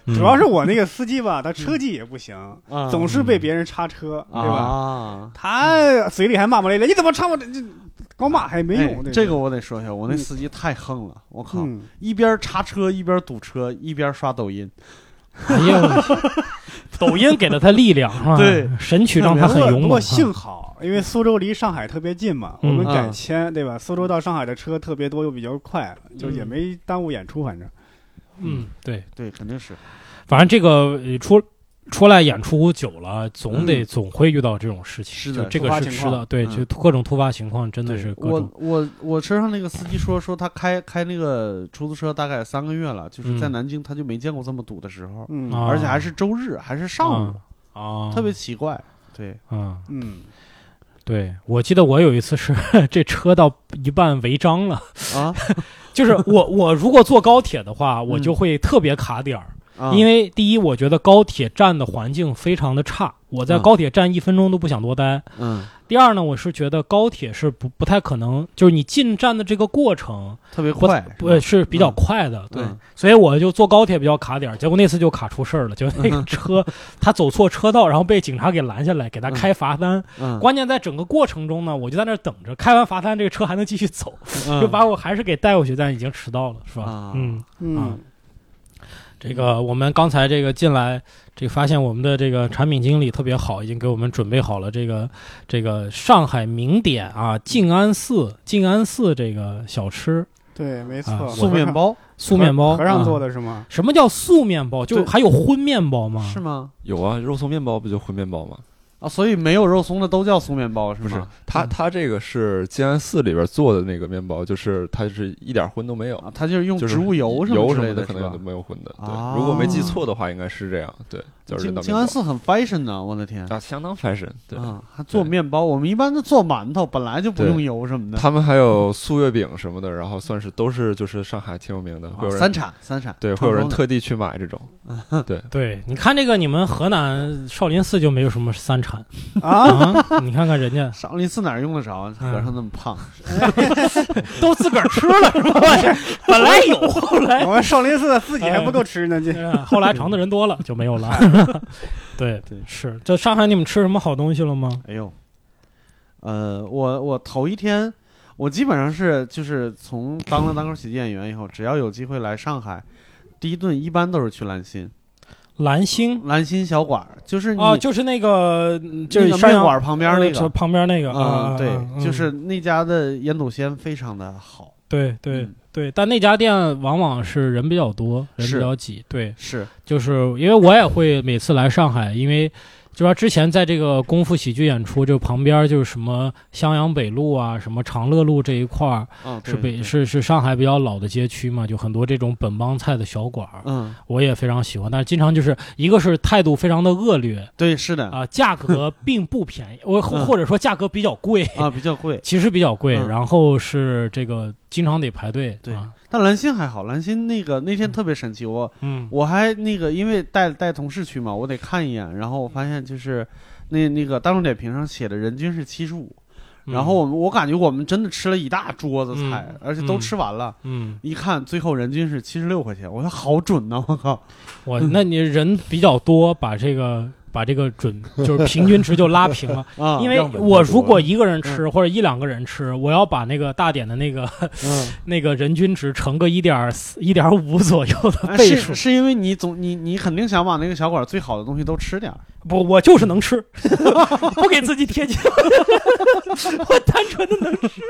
Speaker 3: 嗯
Speaker 6: 主要是我那个司机吧，他车技也不行，
Speaker 4: 啊
Speaker 6: 总是被别人插车，对吧？
Speaker 4: 啊，
Speaker 6: 他嘴里还骂骂咧咧，你怎么插我这这光骂还没
Speaker 4: 哎
Speaker 6: 用。
Speaker 4: 这个
Speaker 6: 个，
Speaker 4: 我得说一下，我那司机太横了，我靠，
Speaker 6: 嗯，
Speaker 4: 一边插车一边堵车一边刷抖音，
Speaker 3: 哎呦， 抖音给了他力量啊！
Speaker 4: 对，
Speaker 3: 神曲让他很勇猛
Speaker 6: 不过
Speaker 3: 啊。
Speaker 6: 幸好，因为苏州离上海特别近嘛，我
Speaker 3: 嗯
Speaker 6: 们改签对吧？苏州到上海的车特别多，又比较快，就也没耽误演出，反正
Speaker 3: 嗯，对，
Speaker 4: 对，肯定是
Speaker 3: 反正这个呃出出来演出久了，总得总会遇到这种事情。
Speaker 4: 嗯是的
Speaker 3: 就这
Speaker 6: 突
Speaker 3: 个
Speaker 6: 发
Speaker 3: 是
Speaker 6: 情
Speaker 3: 知
Speaker 6: 况
Speaker 3: 道，对，
Speaker 4: 嗯
Speaker 3: 就各种突发情况，真的
Speaker 4: 对
Speaker 3: 是各
Speaker 4: 我
Speaker 3: 种。
Speaker 4: 我我车上那个司机说说他开开那个出租车大概三个月了，就是在
Speaker 3: 嗯
Speaker 4: 南京他就没见过这么堵的时候，
Speaker 6: 嗯
Speaker 3: 啊
Speaker 4: 而且还是周日还是上午，
Speaker 3: 啊，
Speaker 4: 特别奇怪。对，
Speaker 3: 啊，
Speaker 6: 嗯，
Speaker 3: 对，我记得我有一次是 这车到一半违章了，
Speaker 4: 啊
Speaker 3: 就是我 我如果坐高铁的话，我
Speaker 4: 嗯
Speaker 3: 就会特别卡点儿。
Speaker 4: 啊，
Speaker 3: 因为第一，我觉得高铁站的环境非常的差，我在
Speaker 4: 嗯
Speaker 3: 高铁站一分钟都不想多待。
Speaker 4: 嗯
Speaker 3: 第二呢，我是觉得高铁是不不太可能，就是你进站的这个过程
Speaker 4: 特别
Speaker 3: 不
Speaker 4: 快，
Speaker 3: 不是比较快的，对，
Speaker 4: 嗯
Speaker 3: 所以我就坐高铁比较卡点儿。结果那次就卡出事儿了，就那
Speaker 4: 嗯
Speaker 3: 个车他走错车道，然后被警察给拦下来，给他开罚单。
Speaker 4: 嗯，
Speaker 3: 关键在整个过程中呢，我就在那儿等着，开完罚单这个车还能继续走，
Speaker 4: 嗯
Speaker 3: 就把我还是给带回去，但已经迟到了，是吧？
Speaker 4: 啊
Speaker 3: 嗯。
Speaker 6: 嗯
Speaker 3: 这个我们刚才这个进来，这个发现我们的这个产品经理特别好，已经给我们准备好了这个这个上海名点啊，静安寺静安寺这个小吃
Speaker 6: 对，没
Speaker 3: 啊
Speaker 6: 错，
Speaker 4: 素面包
Speaker 3: 素面包，
Speaker 6: 和尚做
Speaker 3: 啊。
Speaker 6: 的是吗？
Speaker 3: 什么叫素面包？就
Speaker 4: 对
Speaker 3: 还有荤面包吗？
Speaker 4: 是吗？
Speaker 1: 有啊，肉松面包不就荤面包吗？
Speaker 4: 啊，所以没有肉松的都叫素面包是
Speaker 1: 不是
Speaker 4: 吗？，
Speaker 1: 它它这个是静安寺里边做的那个面包，就是它是一点荤都没有，
Speaker 4: 啊，它就是用
Speaker 1: 就是
Speaker 4: 植物油什
Speaker 1: 油
Speaker 4: 么
Speaker 1: 什
Speaker 4: 之
Speaker 1: 么
Speaker 4: 类
Speaker 1: 的
Speaker 4: 的，
Speaker 1: 可
Speaker 4: 是
Speaker 1: 能
Speaker 4: 吧
Speaker 1: 都？没有混的。
Speaker 4: 啊
Speaker 1: 对，如果没记错的话，应该是这样。对，就是
Speaker 4: 静
Speaker 1: 当面包
Speaker 4: 静安寺很 fashion 呢，我的天
Speaker 1: 啊，相当 fashion。对，
Speaker 4: 啊，还做面包，我们一般都做馒头，本来就不
Speaker 1: 对
Speaker 4: 用油什么的。
Speaker 1: 他们还有素月饼什么的，然后算是都是就是上海挺有名的，会有
Speaker 4: 啊
Speaker 1: 人
Speaker 4: 三产三产，
Speaker 1: 对会有人
Speaker 4: 成功的
Speaker 1: 特地去买这种。
Speaker 3: 对，你看这个，你们河南少林寺就没有什么三产
Speaker 6: 啊，
Speaker 3: 啊，你看看人 家
Speaker 4: 少林寺哪儿用得
Speaker 3: 嗯
Speaker 4: 着和尚那么胖？
Speaker 3: 都自个儿吃了是 吧？本来有，后来
Speaker 6: 我们少林寺的自己还不够吃呢，这
Speaker 3: 嗯 后来尝的人多了就没有了。对
Speaker 4: 对
Speaker 3: 是这上海你们吃什么好东西了吗？
Speaker 4: 哎呦，呃，我我头一天，我基本上是就是从当了单口喜剧演员以后，只要有机会来上海，第一顿一般都是去兰心，
Speaker 3: 兰心
Speaker 4: 兰心小馆儿，就是你、
Speaker 3: 哦，就是那个就
Speaker 4: 那
Speaker 3: 是
Speaker 4: 个
Speaker 3: 山
Speaker 4: 面
Speaker 3: 羊
Speaker 4: 馆儿旁边那
Speaker 3: 就
Speaker 4: 个，
Speaker 3: 旁边那个啊，
Speaker 4: 嗯，对
Speaker 3: 啊，
Speaker 4: 就
Speaker 3: 嗯
Speaker 4: 是那家的烟斗鲜非常的好，
Speaker 3: 对对
Speaker 4: 嗯
Speaker 3: 对，但那家店往往是人比较多，人比
Speaker 4: 是
Speaker 3: 较挤。对，
Speaker 4: 是
Speaker 3: 就是因为我也会每次来上海，因为。就说之前在这个功夫喜剧演出，就旁边就是什么襄阳北路啊，什么长乐路这一块儿，
Speaker 4: 啊，
Speaker 3: 是
Speaker 4: 对
Speaker 3: 北，是是上海比较老的街区嘛，就很多这种本帮菜的小馆儿
Speaker 4: 对。嗯，
Speaker 3: 我也非常喜欢，但是经常就是一个是态度非常的恶劣
Speaker 4: 对，是的
Speaker 3: 啊、价格并不便宜，我或
Speaker 4: 嗯
Speaker 3: 或者说价格比较贵，
Speaker 4: 啊，比较贵，
Speaker 3: 其实比较贵，
Speaker 4: 嗯
Speaker 3: 然后是这个经常得排队，
Speaker 4: 对
Speaker 3: 啊、
Speaker 4: 但兰心还好，兰心那个那天特别神奇，我
Speaker 3: 嗯
Speaker 4: 我还那个，因为带带同事去嘛，我得看一眼。然后我发现就是那那个大众点评上写的人均是七十五，
Speaker 3: 嗯
Speaker 4: 然后我们我感觉我们真的吃了一大桌子菜，
Speaker 3: 嗯
Speaker 4: 而且都吃完了。
Speaker 3: 嗯，
Speaker 4: 一看最后人均是七十六块钱，我说好准呐、我靠！
Speaker 3: 我那你人比较多，把这个把这个准 就是平均值就拉平了，
Speaker 4: 啊，
Speaker 3: 因为
Speaker 9: 样本太
Speaker 3: 我
Speaker 9: 多
Speaker 3: 如果
Speaker 9: 了
Speaker 3: 一个人吃或者一两个人吃，我要把那个大点的那个
Speaker 4: 嗯，
Speaker 3: 那个人均值乘个一点四一点五左右的
Speaker 4: 哎
Speaker 3: 倍数
Speaker 4: 是，是因为你总你你肯定想把那个小馆最好的东西都吃点儿
Speaker 3: 不，我就是能吃， 不给自己贴金，我单纯的能吃。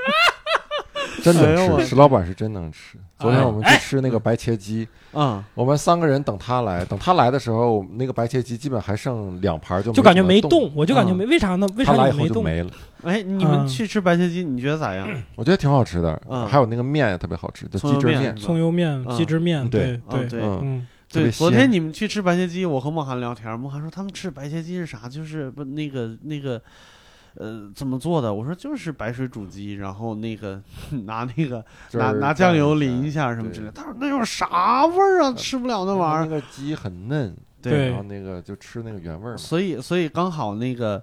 Speaker 9: 真
Speaker 4: 哎呦
Speaker 9: 能
Speaker 4: 我
Speaker 9: 吃，石老板是真能吃。昨天
Speaker 3: 哎
Speaker 9: 我们去吃那个白切鸡，
Speaker 4: 啊、
Speaker 9: 我们三个人等他来，等他来的时候，我们那个白切鸡基本还剩两盘，就
Speaker 3: 就
Speaker 9: 就
Speaker 3: 感觉没
Speaker 9: 没怎么
Speaker 3: 动，我就感觉没，为啥呢？为啥
Speaker 9: 他来
Speaker 3: 你
Speaker 9: 以
Speaker 3: 没
Speaker 9: 后就
Speaker 3: 动？
Speaker 9: 没了，
Speaker 4: 哎，你们
Speaker 3: 嗯
Speaker 4: 去吃白切鸡，你觉得 咋样？
Speaker 9: 我觉得挺好吃的
Speaker 4: 嗯，
Speaker 9: 还有那个面也特别好吃，就
Speaker 4: 葱
Speaker 9: 鸡
Speaker 4: 油
Speaker 9: 汁
Speaker 4: 面
Speaker 9: 面，
Speaker 4: 是吧
Speaker 3: 葱油面、
Speaker 4: 嗯
Speaker 3: 鸡汁面，对
Speaker 9: 对
Speaker 4: 啊，对，
Speaker 9: 嗯，
Speaker 3: 嗯，
Speaker 9: 特别
Speaker 4: 对，
Speaker 9: 鲜
Speaker 4: 昨天你们去吃白切鸡，我和莫涵聊天，莫涵说他们吃白切鸡是啥？就是不那个 那个，呃，怎么做的？我说就是白水煮鸡，然后那个拿 那个
Speaker 9: 汁
Speaker 4: 拿
Speaker 9: 儿
Speaker 4: 拿酱油淋一
Speaker 9: 一下。
Speaker 4: 下什么
Speaker 9: 对
Speaker 4: 之类的。他说那有啥味儿啊？吃不了那
Speaker 9: 那
Speaker 4: 玩意儿
Speaker 9: 那个鸡很嫩，
Speaker 4: 对
Speaker 9: 然后那个就吃那个原味儿嘛。
Speaker 4: 所以所以刚好那个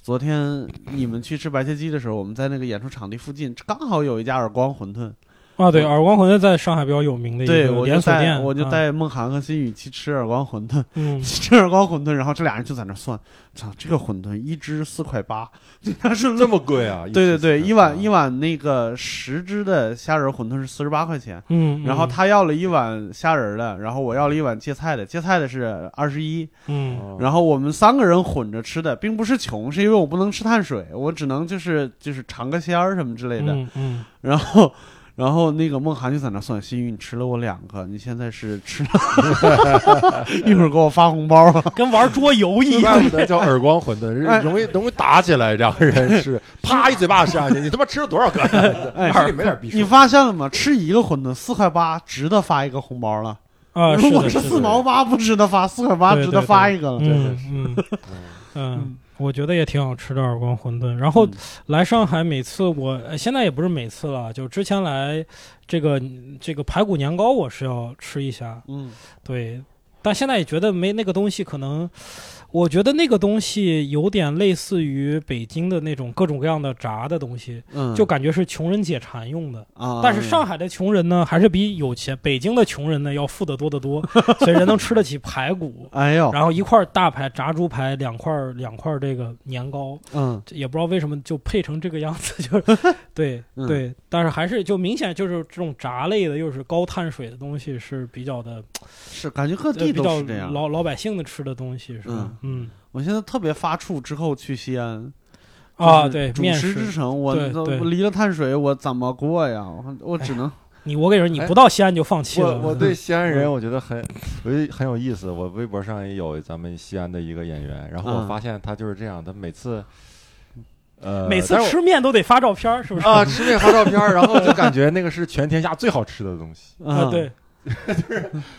Speaker 4: 昨天你们去吃白切鸡的时候，我们在那个演出场地附近，刚好有一家耳光馄饨。
Speaker 3: 啊，对，耳光馄饨在上海比较有名的一
Speaker 4: 对，
Speaker 3: 个
Speaker 4: 我
Speaker 3: 连
Speaker 4: 就
Speaker 3: 锁
Speaker 4: 带
Speaker 3: 店，
Speaker 4: 我就
Speaker 3: 啊，
Speaker 4: 带梦涵和新宇去吃耳光馄饨，
Speaker 3: 嗯，
Speaker 4: 吃耳光馄饨，然后这俩人就在那算，操，这个馄饨一只四块八， 那是嗯
Speaker 9: 这么贵啊？
Speaker 4: 对对对，一碗一
Speaker 9: 碗
Speaker 4: 碗那个十只的虾仁馄饨是四十八块钱，
Speaker 3: 嗯，
Speaker 4: 然后他要了一碗虾仁的，然后我要了一碗芥菜的，芥菜的是二十一，
Speaker 3: 嗯，
Speaker 4: 然后我们三个人混着吃的，并不是穷，是因为我不能吃碳水，我只能就是就是尝个鲜儿什么之类
Speaker 3: 嗯
Speaker 4: 的。
Speaker 3: 嗯嗯，
Speaker 4: 然后，然后那个梦涵就在那算，心宇你吃了我两个，你现在是吃了， 一会儿给我发红包 了。
Speaker 3: 跟玩桌游一样，
Speaker 9: 怪不得叫耳光馄 饨，
Speaker 4: 哎
Speaker 9: 容易容易打起来，两个人是啪一嘴巴扇下去，你他妈吃了多少个？
Speaker 4: 哎
Speaker 9: 心里没点逼数。
Speaker 4: 你发现了吗？吃一个馄饨四块八，值得发一个红包了。
Speaker 3: 啊，
Speaker 4: 如
Speaker 3: 是
Speaker 4: 果
Speaker 3: 的，是
Speaker 4: 四
Speaker 3: 的，
Speaker 4: 毛八不值得发，四块八
Speaker 3: 对
Speaker 4: 值得
Speaker 3: 对
Speaker 4: 发
Speaker 3: 对
Speaker 4: 一个了。
Speaker 3: 嗯嗯嗯，我觉得也挺好吃的耳光馄饨。然后来上海，每次我呃现在也不是每次了，就之前来这个嗯这个排骨年糕，我是要吃一下，
Speaker 4: 嗯，
Speaker 3: 对，但现在也觉得没那个东西，可能我觉得那个东西有点类似于北京的那种各种各样的炸的东西，
Speaker 4: 嗯，
Speaker 3: 就感觉是穷人解馋用的。
Speaker 4: 啊，，
Speaker 3: 但是上海的穷人呢，还是比有钱北京的穷人呢要富得多得 多，所以人能吃得起排骨
Speaker 4: 哎
Speaker 9: 哦
Speaker 4: 呦，
Speaker 3: 然后一块大排炸猪排，两块两块这个年糕，
Speaker 4: 嗯
Speaker 3: 这也不知道为什么就配成这个样子， 就是对
Speaker 4: 嗯
Speaker 3: 对，但是还是就明显就是这种炸类的，又是高碳水的东西是比较的，
Speaker 4: 是感觉各
Speaker 3: 呃
Speaker 4: 地
Speaker 3: 比
Speaker 4: 都
Speaker 3: 较
Speaker 4: 是这样。
Speaker 3: 老老百姓的吃的东西是吧？嗯
Speaker 4: 我现在特别发怵，之后去西安
Speaker 3: 啊，
Speaker 4: 就是
Speaker 3: 对，
Speaker 4: 主
Speaker 3: 面
Speaker 4: 食之
Speaker 3: 食，
Speaker 4: 城，我
Speaker 3: 对
Speaker 4: 都
Speaker 3: 对哎啊
Speaker 4: 我离了碳水，我怎么过呀？我我只能
Speaker 3: 你我跟你说，你
Speaker 9: 哎
Speaker 3: 不到西安就放弃
Speaker 9: 我
Speaker 3: 了。
Speaker 9: 我对西安
Speaker 3: 嗯
Speaker 9: 人，我觉得很，我觉得很有意思。我微博上也有咱们西安的一个演员，然后我
Speaker 4: 嗯
Speaker 9: 发现他就是这样，他每次，呃，
Speaker 3: 每次
Speaker 9: 但是
Speaker 3: 吃面都得发照片儿，是不
Speaker 9: 我
Speaker 3: 是？
Speaker 9: 啊吃那发照片儿，然后就感觉那个是全天下最好吃的东西，
Speaker 3: 啊，
Speaker 4: 嗯
Speaker 3: 对，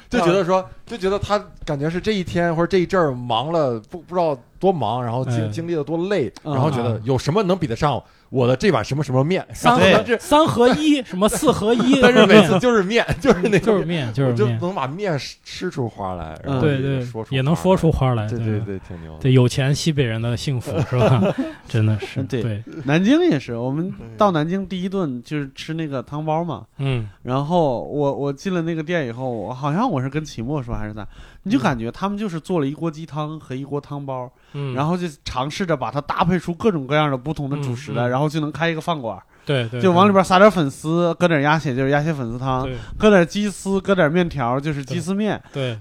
Speaker 9: 就觉得说，就觉得他感觉是这一天或者这一阵儿忙了，不不知道多忙，然后经、
Speaker 3: 哎
Speaker 9: 经历了多累，
Speaker 4: 嗯
Speaker 9: 然后觉得有什么能比得上我的这碗什么什 么面？
Speaker 3: 三
Speaker 9: 然
Speaker 3: 合
Speaker 9: 后这，
Speaker 3: 三合一， 什么四合一，
Speaker 9: 但是每次
Speaker 3: 面
Speaker 9: 就是面，就是那
Speaker 3: 就
Speaker 9: 种
Speaker 3: 是面，
Speaker 9: 我
Speaker 3: 就是
Speaker 9: 就
Speaker 3: 面，
Speaker 9: 能把面吃吃出花来，然后
Speaker 4: 嗯
Speaker 3: 对
Speaker 9: 也
Speaker 3: 对
Speaker 9: 说，出
Speaker 3: 也能
Speaker 9: 花
Speaker 3: 说
Speaker 9: 来
Speaker 3: 出花来，
Speaker 9: 对对对，挺牛的。
Speaker 3: 对，有钱西北人的幸福是吧？ 真的是，
Speaker 4: 对
Speaker 3: 对，
Speaker 4: 南京也是，我们到南京第一顿就是吃那个汤包嘛。
Speaker 3: 嗯，
Speaker 4: 然后我我进了那个店以后，我好像我是跟齐墨说还是咋，你就感觉他们就是做了一锅鸡汤和一锅汤包，
Speaker 3: 嗯，
Speaker 4: 然后就尝试着把它搭配出各种各样的不同的主食来，
Speaker 3: 嗯嗯
Speaker 4: 然后就能开一个饭馆，
Speaker 3: 对对，
Speaker 4: 就往里
Speaker 3: 对
Speaker 4: 边撒点粉丝，搁点鸭血就是鸭血粉丝汤，搁点鸡丝，搁点面条就是鸡丝面，
Speaker 3: 对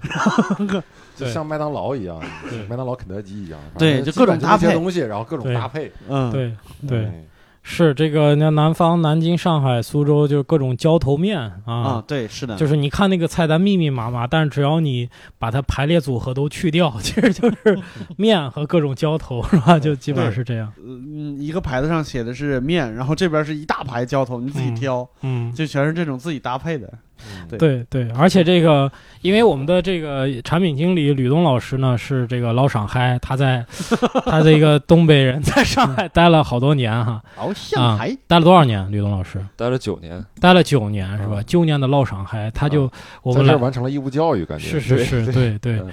Speaker 3: 对
Speaker 9: 就
Speaker 3: 对
Speaker 9: 像麦当劳一样
Speaker 3: 对，
Speaker 9: 麦当劳、肯德基一样，反
Speaker 4: 对
Speaker 9: 正
Speaker 4: 就
Speaker 9: 基
Speaker 4: 各
Speaker 9: 本
Speaker 4: 种
Speaker 9: 就
Speaker 4: 搭
Speaker 9: 那些
Speaker 4: 配
Speaker 9: 东西，然后各种
Speaker 3: 对
Speaker 9: 搭配，
Speaker 4: 嗯，
Speaker 3: 对对，
Speaker 9: 哎，
Speaker 3: 是这个那南方南京、上海、苏州就是各种浇头面啊
Speaker 4: 啊，，对，是的，
Speaker 3: 就是你看那个菜单密密麻麻，但是只要你把它排列组合都去掉， 其实就是面和各种浇头是吧？就基本上是这样。
Speaker 4: 嗯，一个牌子上写的是面，然后这边是一大排浇头，你自己
Speaker 3: 嗯啊
Speaker 4: 挑，
Speaker 3: 嗯，
Speaker 4: 就全是这种自己搭配的。对
Speaker 3: 对对，而且这个，因为我们的这个产品经理吕东老师呢是这个老上海，他在他这个东北人，在上海待了好多年哈，
Speaker 4: 好
Speaker 3: 啊，待了多少年？吕东老师
Speaker 5: 待了九年，
Speaker 3: 待了九年是吧？九年的老上海，他就我
Speaker 9: 在
Speaker 3: 们
Speaker 9: 这儿
Speaker 3: 来
Speaker 9: 完成了义务教育，感觉
Speaker 3: 是是是，对对
Speaker 9: 嗯。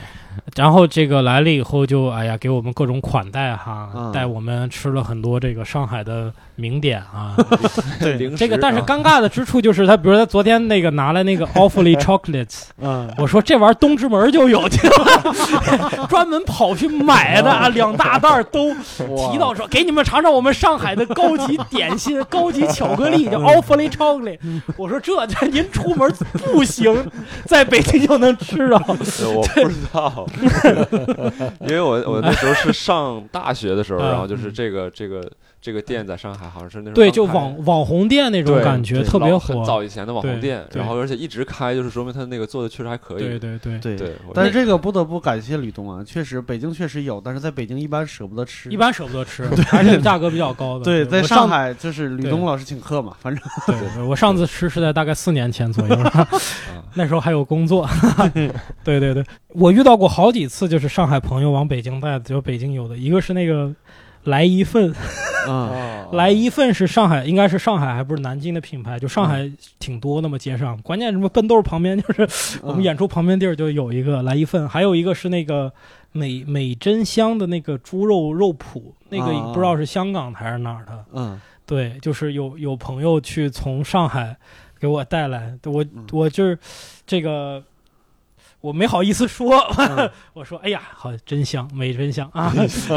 Speaker 3: 然后这个来了以后就，哎呀，给我们各种款待哈
Speaker 4: 嗯，
Speaker 3: 带我们吃了很多这个上海的名点啊。
Speaker 5: 零
Speaker 3: 这个，
Speaker 5: 食
Speaker 3: 但是
Speaker 5: 啊
Speaker 3: 尴尬的之处就是，他比如他昨天那个拿来那个 Awfully Chocolates，
Speaker 4: 嗯，
Speaker 3: 我说这玩意儿东直门就有， 专门跑去买的啊，两大袋儿都提到说给你们尝尝我们上海的高级点 心、高级巧克力，叫 Awfully Chocolate。我说这这您出门步行，在北京就能吃 到。
Speaker 5: 呃我不知道， 因为我我那时候是上大学的时 候，
Speaker 3: 嗯
Speaker 5: 然后就是这个这个这个店在上海好像是那时候
Speaker 3: 对，
Speaker 5: 刚
Speaker 3: 就
Speaker 5: 开
Speaker 3: 网网红店那种
Speaker 5: 对
Speaker 3: 感觉
Speaker 5: 对
Speaker 3: 特别
Speaker 5: 老很
Speaker 3: 火。
Speaker 5: 早以前的网红
Speaker 3: 对
Speaker 5: 店，
Speaker 3: 对
Speaker 5: 然后而且一直开，就是说明他那个做的确实还可以。
Speaker 3: 对对对，
Speaker 4: 对。
Speaker 5: 对我
Speaker 4: 但是这个不得不感谢吕东啊，确实北京确实有，但是在北京一般舍不得吃。
Speaker 3: 一般舍不得 吃，还是价格比较高的。
Speaker 4: 对，在
Speaker 3: 我
Speaker 4: 上海就是吕东
Speaker 3: 对
Speaker 4: 老师请客嘛，反正
Speaker 3: 对，我上次吃是在大概四年前左右， 那时候还有工作。对对对，我遇到过好几次，就是上海朋友往北京带的，就北京有的，一个是那个来一份，
Speaker 4: 嗯，
Speaker 9: 啊，
Speaker 3: 来一份是上海，应该是上海还不是南京的品牌，就上海挺多那么街上，关键什么笨豆旁边就是
Speaker 4: 嗯
Speaker 3: 我们演出旁边地儿就有一个来一份，还有一个是那个美美珍香的那个猪肉肉脯，那个
Speaker 4: 啊
Speaker 3: 不知道是香港的还是哪儿的，
Speaker 4: 嗯，
Speaker 3: 对，就是有有朋友去从上海给我带来，我
Speaker 4: 嗯
Speaker 3: 我就是这个。我没好意思说，
Speaker 4: 嗯
Speaker 3: 我说哎呀，好真香，美真香啊！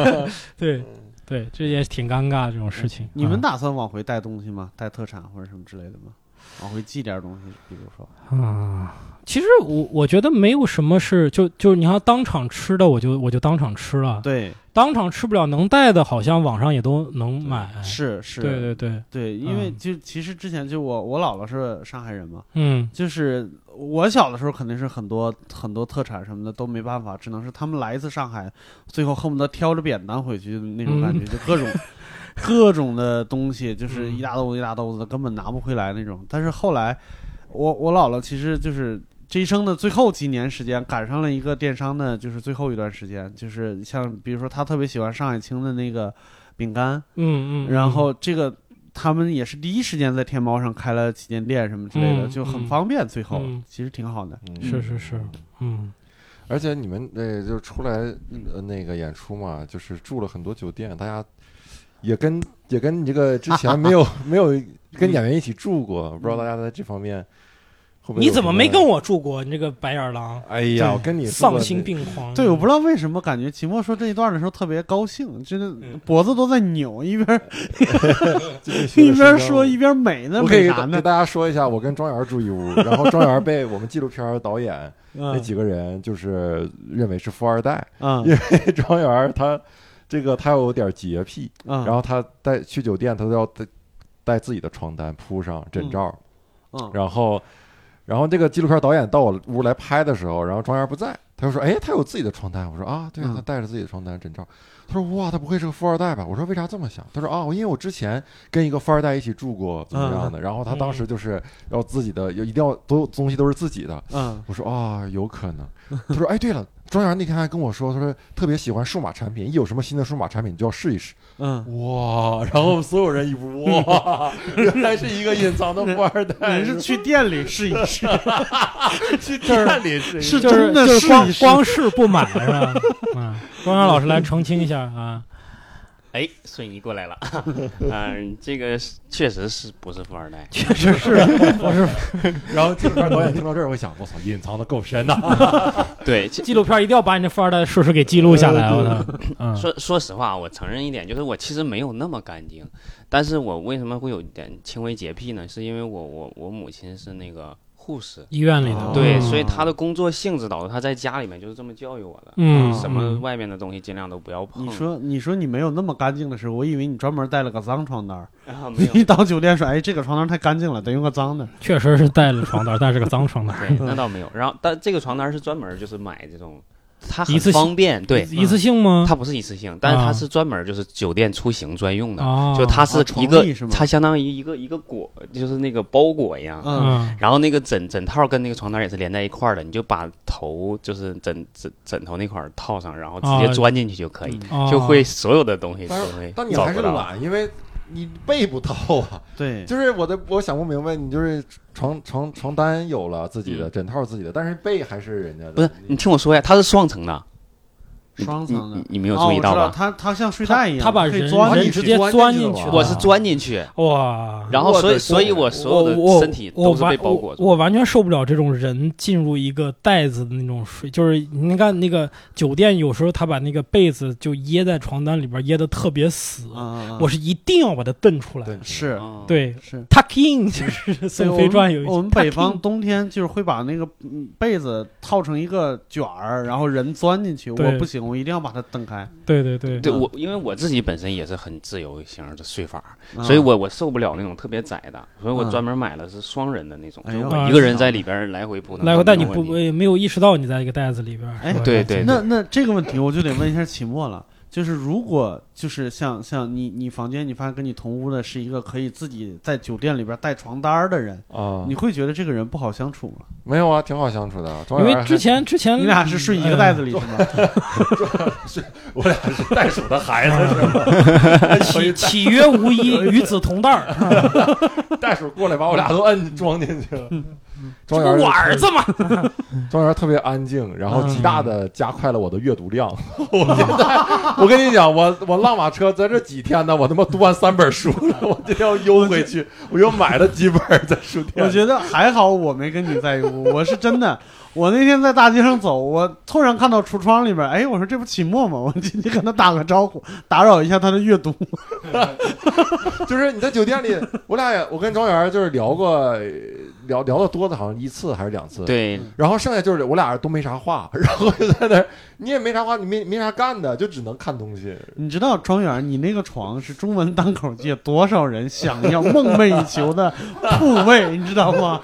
Speaker 3: 对对，这也挺尴尬的这种事情。
Speaker 4: 嗯你
Speaker 3: 啊
Speaker 4: 们打算往回带东西吗？带特产或者什么之类的吗？往回寄点东西，比如说，
Speaker 3: 啊，其实我我觉得没有什么是就就是你要当场吃的，我就我就当场吃了，
Speaker 4: 对，
Speaker 3: 当场吃不了能带的，好像网上也都能买。
Speaker 4: 是是，
Speaker 3: 哎对对对，
Speaker 4: 对，因为
Speaker 3: 嗯
Speaker 4: 就其实之前就我我姥姥是上海人嘛，
Speaker 3: 嗯
Speaker 4: 就是我小的时候肯定是很多很多特产什么的都没办法，只能是他们来一次上海，最后恨不得挑着扁担回去那种感觉，就各种 各种的东西，就是一大兜子一大兜子的，根本拿不回来那种。但是后来，我我姥姥其实就是。这一生的最后几年时间，赶上了一个电商的，就是最后一段时间，就是像比如说，他特别喜欢上海青的那个饼干，
Speaker 3: 嗯嗯，
Speaker 4: 然后这个他们也是第一时间在天猫上开了旗舰店什么之类的，
Speaker 3: 嗯
Speaker 4: 就很
Speaker 3: 嗯
Speaker 4: 方便。最后、
Speaker 3: 嗯
Speaker 4: 其实挺好的。
Speaker 9: 嗯
Speaker 3: 是是是，嗯
Speaker 9: 而且你们那就出来呃那个演出嘛，就是住了很多酒店，大家也跟也跟你这个之 前没有没有跟演员一起住过，不知道大家在这方面会不会有
Speaker 3: 你怎么
Speaker 9: 什
Speaker 3: 没跟？我住过？你这个白眼狼，
Speaker 9: 哎呀，我跟你说过
Speaker 3: 丧心病狂。
Speaker 4: 对，我不知道为什么感觉秦墨说这一段的时候特别高兴，真的脖子都在扭，一边
Speaker 9: 这这学
Speaker 4: 一
Speaker 9: 的
Speaker 4: 边
Speaker 9: 时间
Speaker 4: 说一边美，那
Speaker 9: 我可以
Speaker 4: 美
Speaker 9: 给
Speaker 4: 啥呢
Speaker 9: 大？家说一下，我跟庄园住 一屋，然后庄园被我们纪录片导演那
Speaker 4: 嗯
Speaker 9: 几个人就是认为是富二代，
Speaker 4: 嗯
Speaker 9: 庄园他这个他有点洁癖，
Speaker 4: 嗯，
Speaker 9: 然后他带去酒店，他都要带带自己的床单铺上枕罩，
Speaker 4: 嗯
Speaker 9: 然后然后这个纪录片导演到我屋来拍的时候，然后庄园不在，他就说：“哎，他有自己的床单。”我说：“啊，对啊
Speaker 4: 嗯，
Speaker 9: 他带着自己的床单枕罩。”他说：“哇，他不会是个富二代吧？”我说：“为啥这么想？”他说：“啊，因为我之前跟一个富二代一起住过，怎么样
Speaker 4: 嗯
Speaker 9: 的？然后他当时就是要自己的，要一定要都有东西都是自己的。”
Speaker 4: 嗯
Speaker 9: 我说啊、有可能。他说，哎，对了，庄园那天还跟我说，他说特别喜欢数码产品，一有什么新的数码产品就要试一试。
Speaker 4: 嗯，
Speaker 9: 哇！然后我们所有人一屋，哇，原来是一个隐藏的富二代，
Speaker 4: 人是去店里试一试，
Speaker 5: 去店里是
Speaker 4: 是
Speaker 3: 就是
Speaker 4: 真的
Speaker 3: 就是
Speaker 4: 试
Speaker 3: 光
Speaker 4: 一试。
Speaker 3: 光是不买是吧？ 啊，光让老师来澄清一下啊。
Speaker 2: 哎，瞬移过 来了。嗯，这个是确实是不是富二代？
Speaker 3: 确实是，我是
Speaker 9: 然后这边导演听到这儿会想，我操，隐藏的够深呐、
Speaker 2: 对，其
Speaker 3: 纪录片一定要把你这富二代的事实给记录下来，我操！嗯，
Speaker 2: 说说实话，我承认一点，就是我其实没有那么干净，但是我为什么会有点轻微洁癖呢？是因为我我我母亲是那个护士，
Speaker 3: 医院里的
Speaker 2: 对，
Speaker 3: 嗯
Speaker 2: 所以她的工作性质导致她在家里面就是这么教育我的，
Speaker 3: 嗯
Speaker 2: 什么外面的东西尽量都不要碰。
Speaker 4: 你说，你说你没有那么干净的时候，我以为你专门带了个脏床单儿。
Speaker 2: 啊，没
Speaker 4: 你
Speaker 2: 有，
Speaker 4: 一到酒店说，哎，这个床单太干净了，得用个脏的。
Speaker 3: 确实是带了床单，但是个脏床单，
Speaker 2: 对，那倒没有。然后，但这个床单是专门就是买这种，它很
Speaker 3: 一次性
Speaker 2: 方便，对，
Speaker 3: 一次性吗？
Speaker 2: 它不是一次性，但是
Speaker 3: 啊
Speaker 2: 它是专门就是酒店出行专用的，
Speaker 3: 哦，
Speaker 2: 就它
Speaker 4: 啊
Speaker 2: 是一
Speaker 4: 床
Speaker 2: 个
Speaker 4: 笠是吗，
Speaker 2: 它相当于一个一个裹，就是那个包裹一样。
Speaker 4: 嗯
Speaker 3: 嗯
Speaker 2: 然后那个枕枕套跟那个床单也是连在一块儿的，你就把头就是枕枕枕头那块儿套上，然后直
Speaker 3: 哦
Speaker 2: 接钻进去就可以，
Speaker 4: 嗯
Speaker 3: 哦
Speaker 2: 就会所有的东西都
Speaker 9: 但
Speaker 2: 会
Speaker 9: 是，但你
Speaker 2: 找
Speaker 9: 还是
Speaker 2: 不到。
Speaker 9: 懒，因为你背不到啊。
Speaker 3: 嗯
Speaker 4: 对，
Speaker 9: 就是我的，我想不明白，你就是床床床单有了自己的，枕套自己的，但是背还是人家的。
Speaker 2: 不是，你听我说呀，它是双层的，你
Speaker 4: 双层的
Speaker 2: 你你你没有注意
Speaker 4: 哦、我
Speaker 2: 到
Speaker 4: 知道
Speaker 2: 吧？
Speaker 4: 它它像睡袋一样，
Speaker 3: 他把
Speaker 4: 可以
Speaker 3: 人
Speaker 4: 钻
Speaker 9: 进
Speaker 3: 人
Speaker 9: 去
Speaker 3: 直接钻进去了，
Speaker 9: 啊
Speaker 2: 我是钻进去，
Speaker 3: 哇，
Speaker 2: 然后所
Speaker 9: 我的
Speaker 2: 以所以我所有
Speaker 3: 我
Speaker 2: 的身体
Speaker 3: 我
Speaker 2: 都是被
Speaker 3: 完
Speaker 2: 包裹
Speaker 3: 我
Speaker 2: 住。
Speaker 3: 我完全受不了这种人进入一个袋子的那种睡，就是你看那个酒店有时候他把那个被子就掖在床单里边掖的特别死，
Speaker 4: 啊，
Speaker 3: 嗯我是一定要把它蹬出来，
Speaker 9: 对，
Speaker 4: 是
Speaker 2: 嗯，
Speaker 3: 对
Speaker 4: 是。
Speaker 3: ，tuck in 就是《
Speaker 4: 嗯 对
Speaker 3: 宋飞传》有一
Speaker 4: 我们我们
Speaker 3: 集 tuck
Speaker 4: 北
Speaker 3: in
Speaker 4: 方冬天就是会把那个嗯被子套成一个卷儿，然后人钻进去。
Speaker 3: 对
Speaker 4: 我不行，我一定要把它蹬开。
Speaker 3: 对对对
Speaker 2: 对
Speaker 4: 嗯
Speaker 2: 我，因为我自己本身也是很自由型的睡法，
Speaker 4: 啊
Speaker 2: 所以我我受不了那种特别窄的，所以我
Speaker 4: 嗯
Speaker 2: 专门买了是双人的那种，
Speaker 4: 哎
Speaker 2: 就
Speaker 4: 呦
Speaker 2: 我一个人在里边来回扑
Speaker 3: 啊
Speaker 2: 腾。
Speaker 3: 来回，但你
Speaker 2: 没
Speaker 3: 不
Speaker 2: 有问题
Speaker 3: 没有意识到你在一个袋子里边儿。
Speaker 4: 哎
Speaker 3: 是吧
Speaker 2: 对对
Speaker 4: 那那这个问题我就得问一下齐墨了。就是如果就是像像你你房间你发现跟你同屋的是一个可以自己在酒店里边带床单儿的人，
Speaker 2: 哦
Speaker 9: 啊
Speaker 4: 你，会觉得这个人不好相处吗？
Speaker 9: 没有啊，挺好相处的。
Speaker 3: 因为之前之前呃
Speaker 4: 你俩是睡一个袋子里是吗？
Speaker 9: 我俩是袋鼠的 孩子，是吧？
Speaker 3: 岂岂曰无衣，与子同袋 儿。
Speaker 9: 袋鼠过来把我俩都摁装进去了。
Speaker 3: 这
Speaker 9: 庄园
Speaker 3: 不我
Speaker 9: 就
Speaker 3: 儿子嘛，
Speaker 9: 庄园特别安静，然后极大的加快了我的阅读量。 我现在，我跟你讲，我我浪马车在这几天呢，我他妈读完三本书了，我今天要邮回去，我又买了几本在书
Speaker 4: 我
Speaker 9: 店。
Speaker 4: 觉得还好，我没跟你在一屋。我是真的，我那天在大街上走，我突然看到橱窗里边，哎，我说这不秦墨吗？我进去跟他打个招呼，打扰一下他的阅读。
Speaker 9: 就是你在酒店里，我俩也，我跟庄园就是聊过，聊聊的多的，好像一次还是两次。
Speaker 2: 对，
Speaker 9: 然后剩下就是我俩都没啥话， 然后就在那儿，你也没啥话，你没没啥干的，就只能看东西。
Speaker 4: 你知道庄园，你那个床是中文单口界多少人想要、梦寐以求的铺位，你知道吗？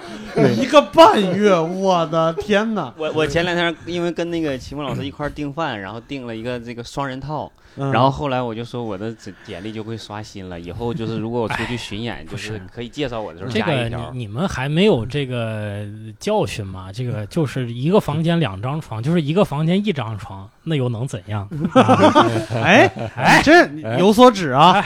Speaker 4: 一个半月，我的天哪！
Speaker 2: 我我前两天因为跟那个期末老师一块儿订饭，然后订了一个这个双人套，
Speaker 4: 嗯
Speaker 2: 然后后来我就说我的简简历就会刷新了，以后就是如果我出去巡 演，就是可以介绍我的时候
Speaker 3: 这
Speaker 2: 加
Speaker 3: 个
Speaker 2: 一
Speaker 3: 你
Speaker 2: 条。
Speaker 3: 你们还没
Speaker 9: 嗯
Speaker 3: 有这个教训吗？这个就是一个房间两张床，就是一个房间一张床，那又能怎 样？啊
Speaker 4: 哎哎，这有所指啊！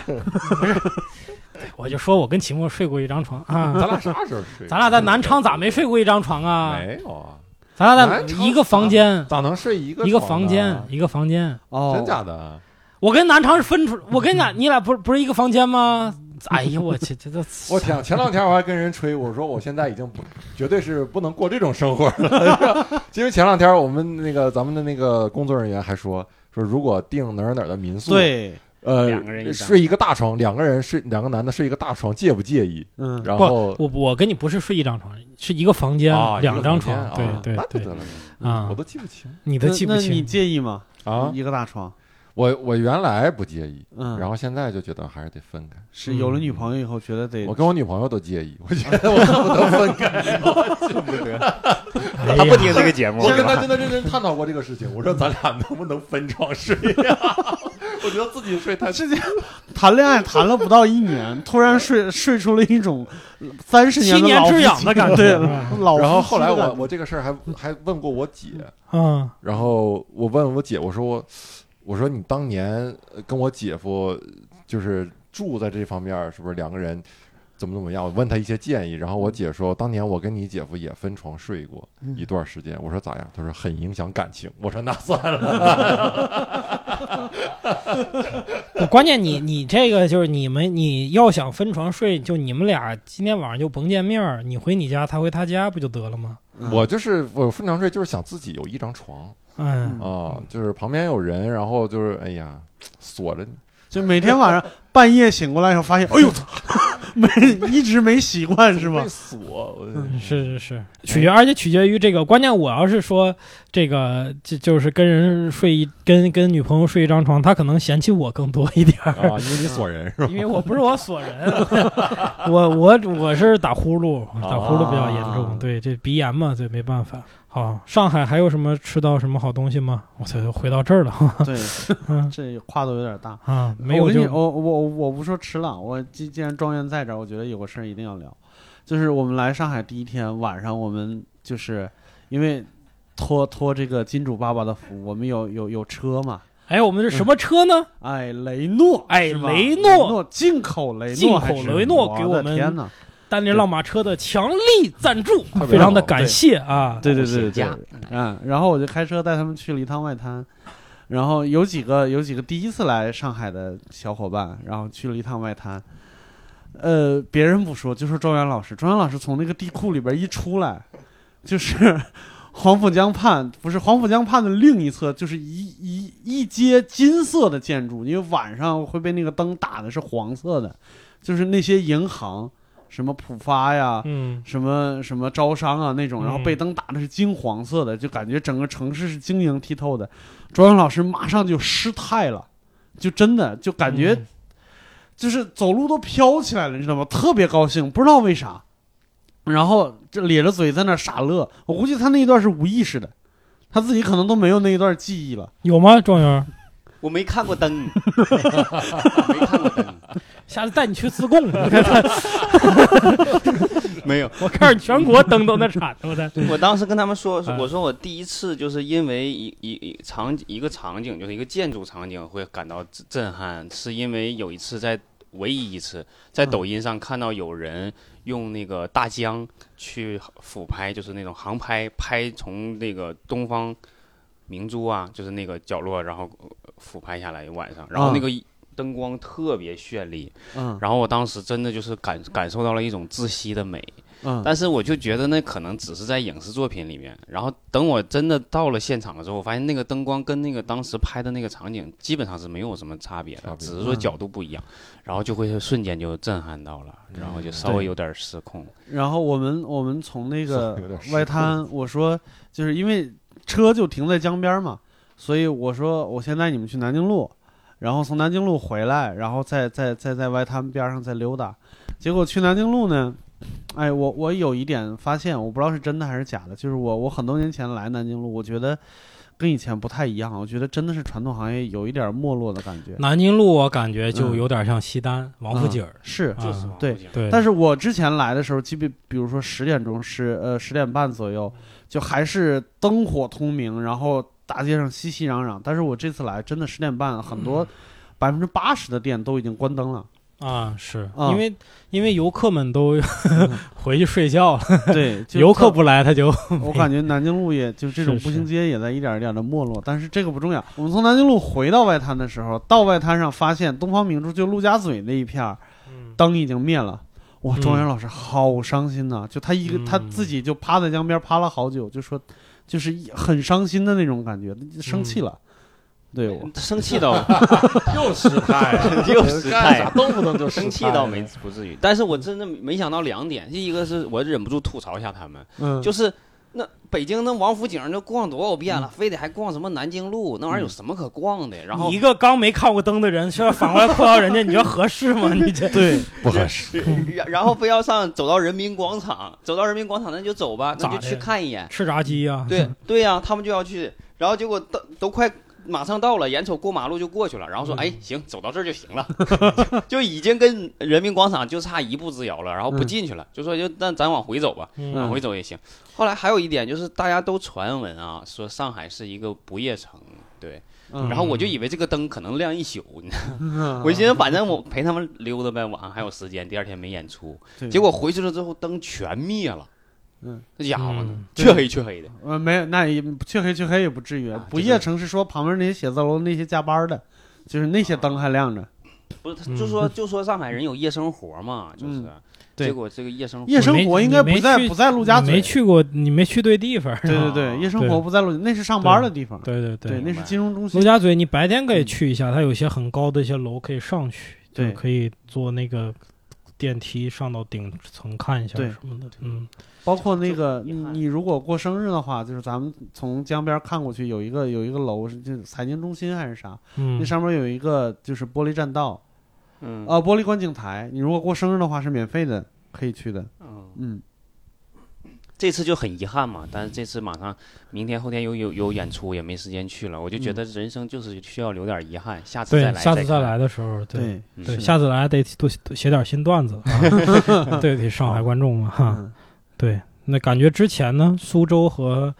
Speaker 3: 我就说我跟秦墨睡过一张床啊，
Speaker 9: 咱俩啥时候睡？
Speaker 3: 咱俩在南昌咋没睡过一张床啊？
Speaker 9: 没有啊？
Speaker 3: 咱俩
Speaker 9: 南
Speaker 3: 在
Speaker 9: 昌
Speaker 3: 一个房间，
Speaker 9: 咋能睡一个
Speaker 3: 一个
Speaker 9: 床啊
Speaker 3: 房
Speaker 9: 呢
Speaker 3: 间，？一个房间。
Speaker 4: 哦，
Speaker 9: 真假的？
Speaker 3: 我跟南昌是分出，我跟你 俩，你俩不是不是一个房间吗？哎呀，我去，这这，
Speaker 9: 我天！前两天我还跟人吹，我说我现在已经不，绝对是不能过这种生活了。 因为前两天我们那个咱们的那个工作人员还说说，如果订哪儿哪儿的民宿，，
Speaker 4: 对，
Speaker 9: 呃，
Speaker 2: 两个人一张
Speaker 9: 睡一个大床，两个人睡两个男的睡一个大床，介不介意？
Speaker 4: 嗯，
Speaker 9: 然后
Speaker 3: 我我跟你不是睡一张床，是一个房间，
Speaker 9: 啊，一
Speaker 3: 两
Speaker 9: 个
Speaker 3: 张
Speaker 9: 房间
Speaker 3: 床，对
Speaker 9: 啊
Speaker 3: 对
Speaker 9: 那就
Speaker 3: 对
Speaker 9: 得，了
Speaker 3: 啊
Speaker 9: 我都记不清
Speaker 3: 你
Speaker 4: 那
Speaker 3: 都记不
Speaker 4: 那 你
Speaker 3: 清。
Speaker 4: 介意吗？
Speaker 9: 啊。
Speaker 4: 一个大床，
Speaker 9: 我我原来不介意，
Speaker 4: 嗯，
Speaker 9: 然后现在就觉得还是得分开。
Speaker 4: 是有了女朋友以后，觉得得
Speaker 9: 嗯我跟我女朋友都介意，我觉得我恨不得分开。
Speaker 3: 哎
Speaker 2: 他
Speaker 3: 呀
Speaker 2: 不听 这个节目
Speaker 9: 我，跟他真的认 真探讨过这个事情，我说咱俩能不能分床睡啊呀、 我觉得自己睡太
Speaker 4: 是这样，谈恋爱谈了不到一年，突然睡睡出了一种三十
Speaker 3: 七
Speaker 4: 的
Speaker 3: 年
Speaker 4: 老
Speaker 3: 之
Speaker 4: 夫
Speaker 3: 痒
Speaker 4: 妻
Speaker 3: 的感觉
Speaker 4: 对
Speaker 3: 是，
Speaker 4: 老
Speaker 9: 然后
Speaker 4: 夫妻
Speaker 9: 后来
Speaker 4: 的感
Speaker 9: 我
Speaker 4: 觉
Speaker 9: 我这个事儿还还问过我姐，
Speaker 3: 嗯，
Speaker 9: 然后我问我姐，我说我我说你当年呃跟我姐夫就是住在这方面儿，是不是两个人怎么怎么样？我问她一些建议，然后我姐说，当年我跟你姐夫也分床睡过一段时间。我说咋样？她说很影响感情。我说那算了，
Speaker 3: 不关键你你这个就是你们你要想分床睡，就你们俩今天晚上就甭见面儿，你回你家，他回他家，不就得了吗？
Speaker 4: 嗯
Speaker 9: 我就是我分床睡，就是想自己有一张床。
Speaker 3: 嗯，
Speaker 9: 啊、就是旁边有人，然后就是哎呀，锁着你。
Speaker 4: 就每天晚上半夜醒过来以后，发 现哎呦，操没一直没习惯是吧
Speaker 9: 被？锁，我
Speaker 3: 是是是，取决而且取决于这个，关键我要是说这个就就是跟人睡一跟跟女朋友睡一张床，她可能嫌弃我更多一点儿，
Speaker 9: 啊，因为你锁人是吧？
Speaker 3: 因为我不是我锁人， 我我我是打呼噜，打呼噜比较严重，
Speaker 4: 啊
Speaker 3: 对，这鼻炎嘛，对，没办法。好，上海还有什么吃到什么好东西吗？我操，又回到这儿了
Speaker 4: 对，
Speaker 3: 嗯
Speaker 4: 这跨度有点大。
Speaker 3: 啊，没有
Speaker 4: 我跟你，
Speaker 3: 就
Speaker 4: 我我我不说迟了，我既既然庄园在这儿，我觉得有个事儿一定要聊，就是我们来上海第一天晚上，我们就是因为托托这个金主爸爸的福，我们有有有车嘛，
Speaker 3: 哎，我们是什么车呢？
Speaker 4: 哎，雷诺，
Speaker 3: 哎
Speaker 4: 是吧
Speaker 3: 雷诺
Speaker 4: 诺，进口雷诺，
Speaker 3: 进口
Speaker 4: 还是
Speaker 3: 雷诺给
Speaker 4: 我
Speaker 3: 我们
Speaker 4: 的天呐，
Speaker 3: 单林浪马车的强力赞助
Speaker 9: 特别，好
Speaker 3: 非常的感谢啊！
Speaker 4: 对对对对
Speaker 2: 家
Speaker 4: 对，嗯，然后我就开车带他们去了一趟外滩，然后有几个有几个第一次来上海的小伙伴，然后去了一趟外滩。呃，别人不说，就说周元老师，周元老师从那个地库里边一出来，就是 黄浦江畔，不是黄浦江畔的另一侧，就是一一一街金色的建筑，因为晚上会被那个灯打的是黄色的，就是那些银行，什么浦发呀，
Speaker 3: 嗯，
Speaker 4: 什么什么招商啊那种，然后
Speaker 3: 嗯
Speaker 4: 被灯打的是金黄色的，就感觉整个城市是晶莹剔透的。庄园老师马上就失态了，就真的就感觉
Speaker 3: 嗯
Speaker 4: 就是走路都飘起来了，你知道吗？特别高兴，不知道为啥，然后这咧着嘴在那傻乐。我估计他那一段是无意识的，他自己可能都没有那一段记忆了。
Speaker 3: 有吗？庄园？
Speaker 2: 我没看过灯， 没看过灯，
Speaker 3: 下次带你去自贡，我看
Speaker 2: 没有。
Speaker 3: 我看全国灯都那产的，我 的。
Speaker 2: 我当时跟他们说
Speaker 3: 嗯，
Speaker 2: 我说我第一次就是因为一一一场一个场景，就是一个建筑场景会感到震震撼，是因为有一次在唯一一次在抖音上看到有人用那个大疆去俯拍，就是那种航拍拍从那个东方明珠啊，就是那个角落，然后俯拍下来一晚上，然后那个灯光特别绚丽，
Speaker 4: 嗯
Speaker 2: 然后我当时真的就是感感受到了一种窒息的美。
Speaker 4: 嗯
Speaker 2: 但是我就觉得那可能只是在影视作品里面，然后等我真的到了现场的时候，我发现那个灯光跟那个当时拍的那个场景基本上是没有什么差别的，
Speaker 9: 差别
Speaker 2: 只是说角度不一样，然后就会瞬间就震撼到了，然后就稍微有点失控。
Speaker 4: 然后我们我们从那个
Speaker 9: 有点失控
Speaker 4: 外滩，我说就是因为车就停在江边嘛，所以我说我先带你们去南京路，然后从南京路回来，然后再再再在外滩边上再溜达。结果去南京路呢，哎，我我有一点发现，我不知道是真的还是假的，就是我我很多年前来南京路，我觉得跟以前不太一样，我觉得真的是传统行业有一点没落的感觉。
Speaker 3: 南京路我感觉就有点像西单、王府井儿
Speaker 4: 嗯，是，
Speaker 3: 啊
Speaker 2: 就是嘛
Speaker 4: 对
Speaker 2: 不行
Speaker 3: 对，
Speaker 4: 但是我之前来的时候，基本比如说十点钟十呃十点半左右，就还是灯火通明，然后大街上熙熙攘攘。但是我这次来真的十点半，很
Speaker 3: 嗯
Speaker 4: 多百分之八十的店都已经 关灯了。
Speaker 3: 啊，是
Speaker 4: 啊
Speaker 3: 因为因为游客们都 回去睡觉了，
Speaker 4: 对，就
Speaker 3: 游客
Speaker 4: 特
Speaker 3: 不来他就
Speaker 4: 我感觉南京路也就这种
Speaker 3: 是
Speaker 4: 步行街也在一点一点的没落，但是这个不重要。我们从南京路回到外滩的时候，到外滩上发现东方明珠就陆家嘴那一片儿
Speaker 2: 嗯
Speaker 4: 灯已经灭了。哇，
Speaker 3: 嗯
Speaker 4: 庄园老师好伤心呐、就他一个、
Speaker 3: 嗯
Speaker 4: 他自己就趴在江边趴了好久，就说就是一很伤心的那种感觉，生
Speaker 2: 嗯
Speaker 4: 气了。对我，
Speaker 2: 生气到
Speaker 5: 又失态了，
Speaker 2: 又失
Speaker 5: 干
Speaker 2: 态
Speaker 5: 啥，动不动就
Speaker 2: 生气倒没不至于，但是我真的没想到两点，第一个是我忍不住吐槽一下他们，
Speaker 4: 嗯，
Speaker 2: 就是那北京那王府井就逛多少遍了，
Speaker 5: 嗯
Speaker 2: 非得还逛什么南京路，那玩意儿有什么可逛的？然后
Speaker 3: 你一个刚没看过灯的人，现在反过来碰到人家，你觉得合适吗？你这
Speaker 4: 对，
Speaker 9: 不合适。
Speaker 2: 然 然后非要上走到人民广场，走到人民广场那就走吧，那
Speaker 3: 咋
Speaker 2: 就
Speaker 3: 的
Speaker 2: 去看一眼。
Speaker 3: 吃炸鸡啊 呀、
Speaker 2: 对对呀、他们就要去，然后结果到都快马上到了，眼瞅过马路就过去了，然后说、
Speaker 3: 嗯
Speaker 2: 哎行，走到这儿就 行了，就已经跟人民广场就差一步之遥了，然后不
Speaker 4: 嗯
Speaker 2: 进去了，就说就那咱往回走吧，往
Speaker 3: 嗯
Speaker 2: 回走也行。后来还有一点就是大家都传闻啊，说上海是一个不夜城。对，
Speaker 4: 嗯
Speaker 2: 然后我就以为这个灯可能亮一宿，你知道吗
Speaker 4: 嗯
Speaker 2: 我寻思反正我陪他们溜达呗，晚上还有时间，第二天没演出，
Speaker 4: 对
Speaker 2: 结果回去了之后灯全灭了，
Speaker 4: 嗯，
Speaker 2: 那家伙呢
Speaker 3: 嗯，
Speaker 2: 黢黑黢黑的，
Speaker 4: 呃没有，那也黢黑黢黑也不至于。
Speaker 2: 啊
Speaker 4: 不
Speaker 2: 就是
Speaker 4: 夜城是说旁边那些写字楼那些加班的，就是那些灯还亮
Speaker 3: 啊
Speaker 4: 着。
Speaker 2: 不是，他
Speaker 3: 嗯
Speaker 2: 就说就说上海人有夜生活嘛，就是
Speaker 4: 嗯，对
Speaker 2: 结果这个夜生活
Speaker 4: 夜生活应该不
Speaker 3: 你没
Speaker 4: 在
Speaker 3: 去
Speaker 4: 不在陆家
Speaker 3: 你
Speaker 4: 嘴
Speaker 3: 没，去过，你没去对地方。啊
Speaker 4: 对对对，夜生活不在陆，那是上班的地方，
Speaker 3: 对对
Speaker 4: 对，那
Speaker 2: 明
Speaker 4: 是
Speaker 2: 白
Speaker 4: 金融中
Speaker 3: 陆
Speaker 4: 心，
Speaker 3: 家嘴你白天可以去一下，它有一些很高的一些楼可以上去，
Speaker 4: 对
Speaker 3: 就可以坐那个电梯上到顶层看一下
Speaker 4: 对
Speaker 3: 什么的。嗯，
Speaker 4: 包括那个
Speaker 2: 就遗憾
Speaker 4: 你如果过生日的话，就是咱们从江边看过去有一个有一个楼是就是财经中心还是啥，那
Speaker 3: 嗯，
Speaker 4: 上面有一个就是玻璃栈道，
Speaker 2: 嗯
Speaker 3: 哦
Speaker 4: 呃，玻璃观景台，你如果过生日的话是免费的，可以去的，
Speaker 2: 嗯，
Speaker 4: 嗯，
Speaker 2: 这次就很遗憾嘛，但是这次马上明天后天有有有演出，也没时间去了，我就觉得人生就是需要留点遗憾，下次再
Speaker 3: 嗯对，
Speaker 2: 来，
Speaker 3: 下次再
Speaker 2: 看
Speaker 3: 来，的时候，对
Speaker 4: 对，
Speaker 2: 嗯
Speaker 3: 对，
Speaker 2: 是
Speaker 3: 下次来得多多写点新 段子，啊对得上海观众嘛哈。
Speaker 4: 嗯
Speaker 3: 对，那感觉之前呢，苏州和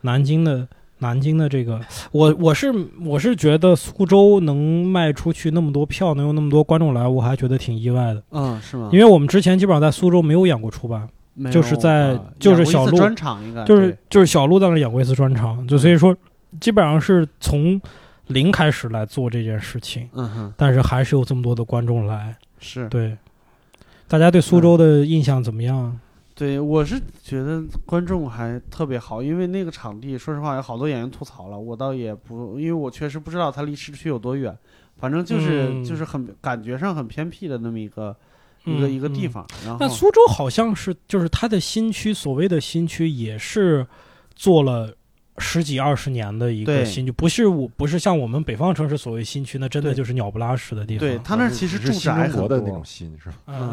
Speaker 3: 南京的南京的这个，我我是我是觉得苏州能卖出去那么多票，能有那么多观众来，我还觉得挺意外的，
Speaker 4: 嗯，是吗？
Speaker 3: 因为我们之前基本上在苏州没有演过出版，
Speaker 4: 为
Speaker 3: 就是在就是小鹿
Speaker 4: 专场应该
Speaker 3: 就是就是小鹿在那儿演过一次专场，
Speaker 4: 嗯
Speaker 3: 就所以说基本上是从零开始来做这件事情，
Speaker 4: 嗯哼
Speaker 3: 但是还是有这么多的观众来，
Speaker 4: 是。
Speaker 3: 对。大家对
Speaker 4: 嗯
Speaker 3: 苏州的印象怎么样？
Speaker 4: 对，我是觉得观众还特别好，因为那个场地，说实话有好多演员吐槽了，我倒也不，因为我确实不知道它离市区有多远，反正就是、
Speaker 3: 嗯
Speaker 4: 就是很感觉上很偏僻的那么一个、一个
Speaker 3: 嗯
Speaker 4: 一个地
Speaker 3: 嗯
Speaker 4: 方。然
Speaker 3: 但
Speaker 4: 后
Speaker 3: 苏州好像是，就是它的新区，所谓的新区也是做了十几二十年的一个
Speaker 4: 对
Speaker 3: 新区，不是我不是像我们北方城市所谓新区，那真的
Speaker 4: 对
Speaker 3: 就是鸟不拉屎的地方。
Speaker 4: 对他那儿其实
Speaker 9: 是
Speaker 4: 住
Speaker 9: 新
Speaker 4: 宅很
Speaker 9: 中国
Speaker 4: 多
Speaker 9: 的那种心是吧？
Speaker 3: 嗯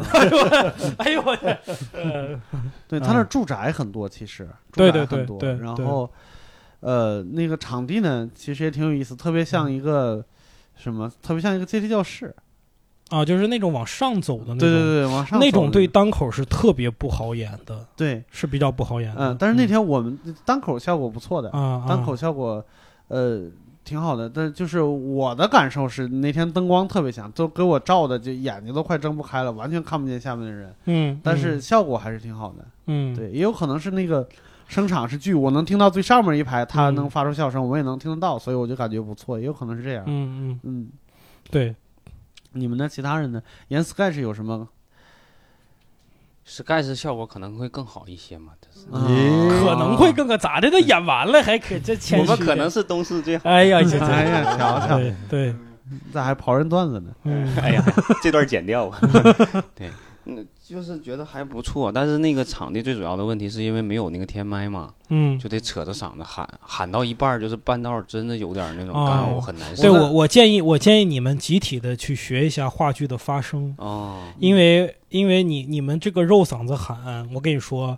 Speaker 4: 嗯，
Speaker 3: 哎呦我的，呃
Speaker 4: 对他那儿
Speaker 3: 嗯
Speaker 4: 住宅很多，其实住
Speaker 3: 对
Speaker 4: 宅
Speaker 3: 对对
Speaker 4: 很多
Speaker 3: 对
Speaker 4: 然
Speaker 3: 对嗯
Speaker 4: 后呃，那个场地呢，其实也挺有意思，特别像一个、什么，特别像一个阶梯教室。
Speaker 3: 啊，就是那种往上走的那种，
Speaker 4: 对对对，往上
Speaker 3: 那
Speaker 4: 走
Speaker 3: 种
Speaker 4: 的
Speaker 3: 对单口是特别不好演的，
Speaker 4: 对，
Speaker 3: 是比较不好演的。
Speaker 4: 嗯，但是那天我们单口效果不错的，
Speaker 3: 啊，啊
Speaker 4: 单口效果，呃，挺好的。但就是我的感受是，那天灯光特别强，都给我照的就眼睛都快睁不开了，完全看不见下面的人。
Speaker 3: 嗯，
Speaker 4: 但是效果还是挺好的。
Speaker 3: 嗯，嗯，
Speaker 4: 对，啊也有可能是那个声场是剧，我能听到最上面一排，它
Speaker 3: 嗯
Speaker 4: 能发出笑声，我也能听得到，所以我就感觉不错。也有可能是这样。
Speaker 3: 嗯嗯，
Speaker 4: 嗯，
Speaker 3: 对，
Speaker 4: 你们呢？其他人呢？演 sketch 有什么？
Speaker 2: Sky 是效果可能会更好一些嘛，但是
Speaker 4: 啊
Speaker 3: 可能会更个咋的？都演完了还可这谦
Speaker 2: 我
Speaker 3: 虚，
Speaker 2: 们可能是东视最好。
Speaker 3: 哎呀，这
Speaker 4: 哎 呀，瞧瞧，
Speaker 3: 对对，
Speaker 4: 咋还刨人段子呢？
Speaker 3: 嗯
Speaker 2: 哎呀，这段剪掉吧。 对，嗯，就是觉得还不错，但是那个场地最主要的问题是因为没有那个天麦嘛，
Speaker 3: 嗯，
Speaker 2: 就得扯着嗓子喊，喊到一半儿就是半道儿真的有点儿那种
Speaker 3: 哦
Speaker 2: 干呕，很难受。
Speaker 3: 对我我建议我建议你们集体的去学一下话剧的发声，
Speaker 2: 哦，
Speaker 3: 因为因为你你们这个肉嗓子喊，我跟你说，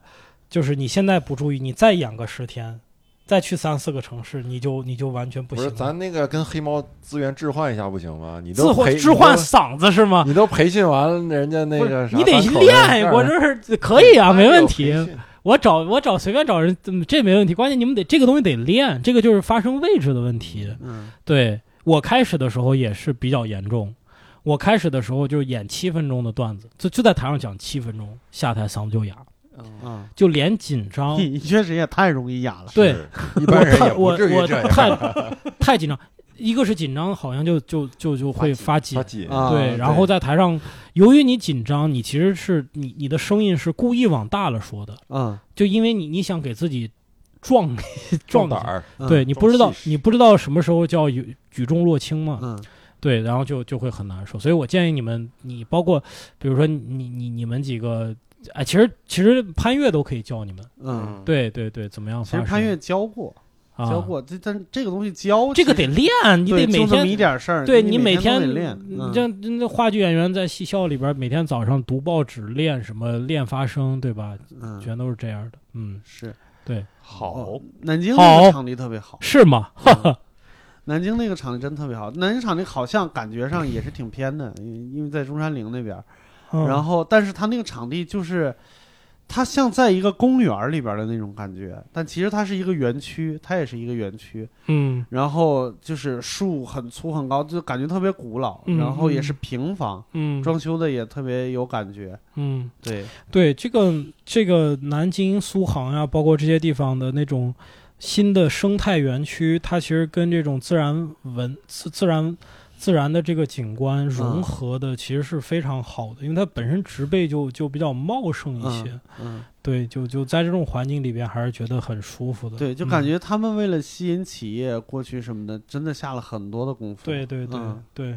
Speaker 3: 就是你现在不注意，你再演个十天，再去三四个城市，你就你就完全不
Speaker 9: 不
Speaker 3: 行
Speaker 9: 是
Speaker 3: 了。
Speaker 9: 咱那个跟黑猫资源置换一下不行吗？你
Speaker 3: 置
Speaker 9: 都
Speaker 3: 换
Speaker 9: 培
Speaker 3: 置换嗓子是吗？
Speaker 9: 你都培训完人家那
Speaker 3: 不
Speaker 9: 个
Speaker 3: 是，
Speaker 9: 啥，
Speaker 3: 你得
Speaker 9: 单口的
Speaker 3: 练，
Speaker 9: 那
Speaker 3: 我
Speaker 9: 儿
Speaker 3: 这是可以啊，没问
Speaker 9: 有培
Speaker 3: 题。
Speaker 9: 训
Speaker 3: 我找我找随便找人，嗯这没问题。关键你们得这个东西得练，这个就是发声位置的问题。
Speaker 4: 嗯，
Speaker 3: 对我开始的时候也是比较严重，我开始的时候就是演七分钟的段子，就就在台上讲七分钟，下台嗓子就哑，
Speaker 2: 嗯
Speaker 4: 啊，
Speaker 3: 就脸紧张。
Speaker 4: 你你确实也太容易哑了。
Speaker 3: 对，
Speaker 9: 一般人也
Speaker 3: 我
Speaker 9: 不
Speaker 3: 太
Speaker 9: 至于
Speaker 3: 我我
Speaker 9: 这样。
Speaker 3: 太太紧张，一个是紧张，好像就就就就会发紧
Speaker 9: 他。姐
Speaker 4: 啊
Speaker 3: 对，然后
Speaker 4: 对
Speaker 3: 在台上，由于你紧张，你其实是你你的声音是故意往大了说的，
Speaker 4: 嗯，
Speaker 3: 就因为你你想给自己 壮壮
Speaker 9: 胆，儿，
Speaker 4: 嗯
Speaker 3: 对你不知道你不知道什么时候叫有举重若轻嘛，
Speaker 4: 嗯
Speaker 3: 对，然后就就会很难受。所以我建议你们，你包括比如说你你你们几个，哎，其实其实潘越都可以教你们，
Speaker 4: 嗯。，
Speaker 3: 对对对，怎么样
Speaker 4: 其
Speaker 3: 发
Speaker 4: 实
Speaker 3: 声？
Speaker 4: 潘越教过，
Speaker 3: 啊
Speaker 4: 教过，这但这个东西教
Speaker 3: 这个得
Speaker 4: 其实
Speaker 3: 练，你
Speaker 4: 对
Speaker 3: 得每
Speaker 4: 就这么一
Speaker 3: 天。
Speaker 4: 点事儿，
Speaker 3: 对
Speaker 4: 你
Speaker 3: 每
Speaker 4: 天
Speaker 3: 天
Speaker 4: 都得练，嗯
Speaker 3: 你像那话剧演员在戏校里边，每天早上读报纸练什么练发声，对吧？
Speaker 4: 嗯
Speaker 3: 全都是这样的，嗯，
Speaker 4: 是
Speaker 2: 好，
Speaker 4: 南京那
Speaker 3: 好
Speaker 4: 个场地特别好，嗯
Speaker 3: 是吗？
Speaker 4: 南京那个场地真特别好，南京场地好像感觉上也是挺偏的，因因为在中山陵那边儿，
Speaker 3: 嗯
Speaker 4: 然后但是它那个场地就是。它像在一个公园儿里边儿的那种感觉，但其实它是一个园区，它也是一个园区。
Speaker 3: 嗯，
Speaker 4: 然后就是树很粗很高，就感觉特别古老。
Speaker 3: 嗯
Speaker 4: 然后也是平房，
Speaker 3: 嗯嗯
Speaker 4: 装修的也特别有感觉。
Speaker 3: 嗯，
Speaker 4: 对，
Speaker 3: 对这个这个南京、苏杭呀、包括这些地方的那种新的生态园区，它其实跟这种自然文自自然自然的这个景观
Speaker 4: 嗯
Speaker 3: 融合的，其实是非常好的，因为它本身植被就就比较茂盛一些，
Speaker 4: 嗯，
Speaker 3: 对，就就在这种环境里边，还是觉得很舒服的。
Speaker 4: 对，就
Speaker 3: 嗯
Speaker 4: 感、觉他们为了吸引企业过去什么的，真的下了很多的功夫。
Speaker 3: 对对对、
Speaker 4: 嗯
Speaker 3: 对。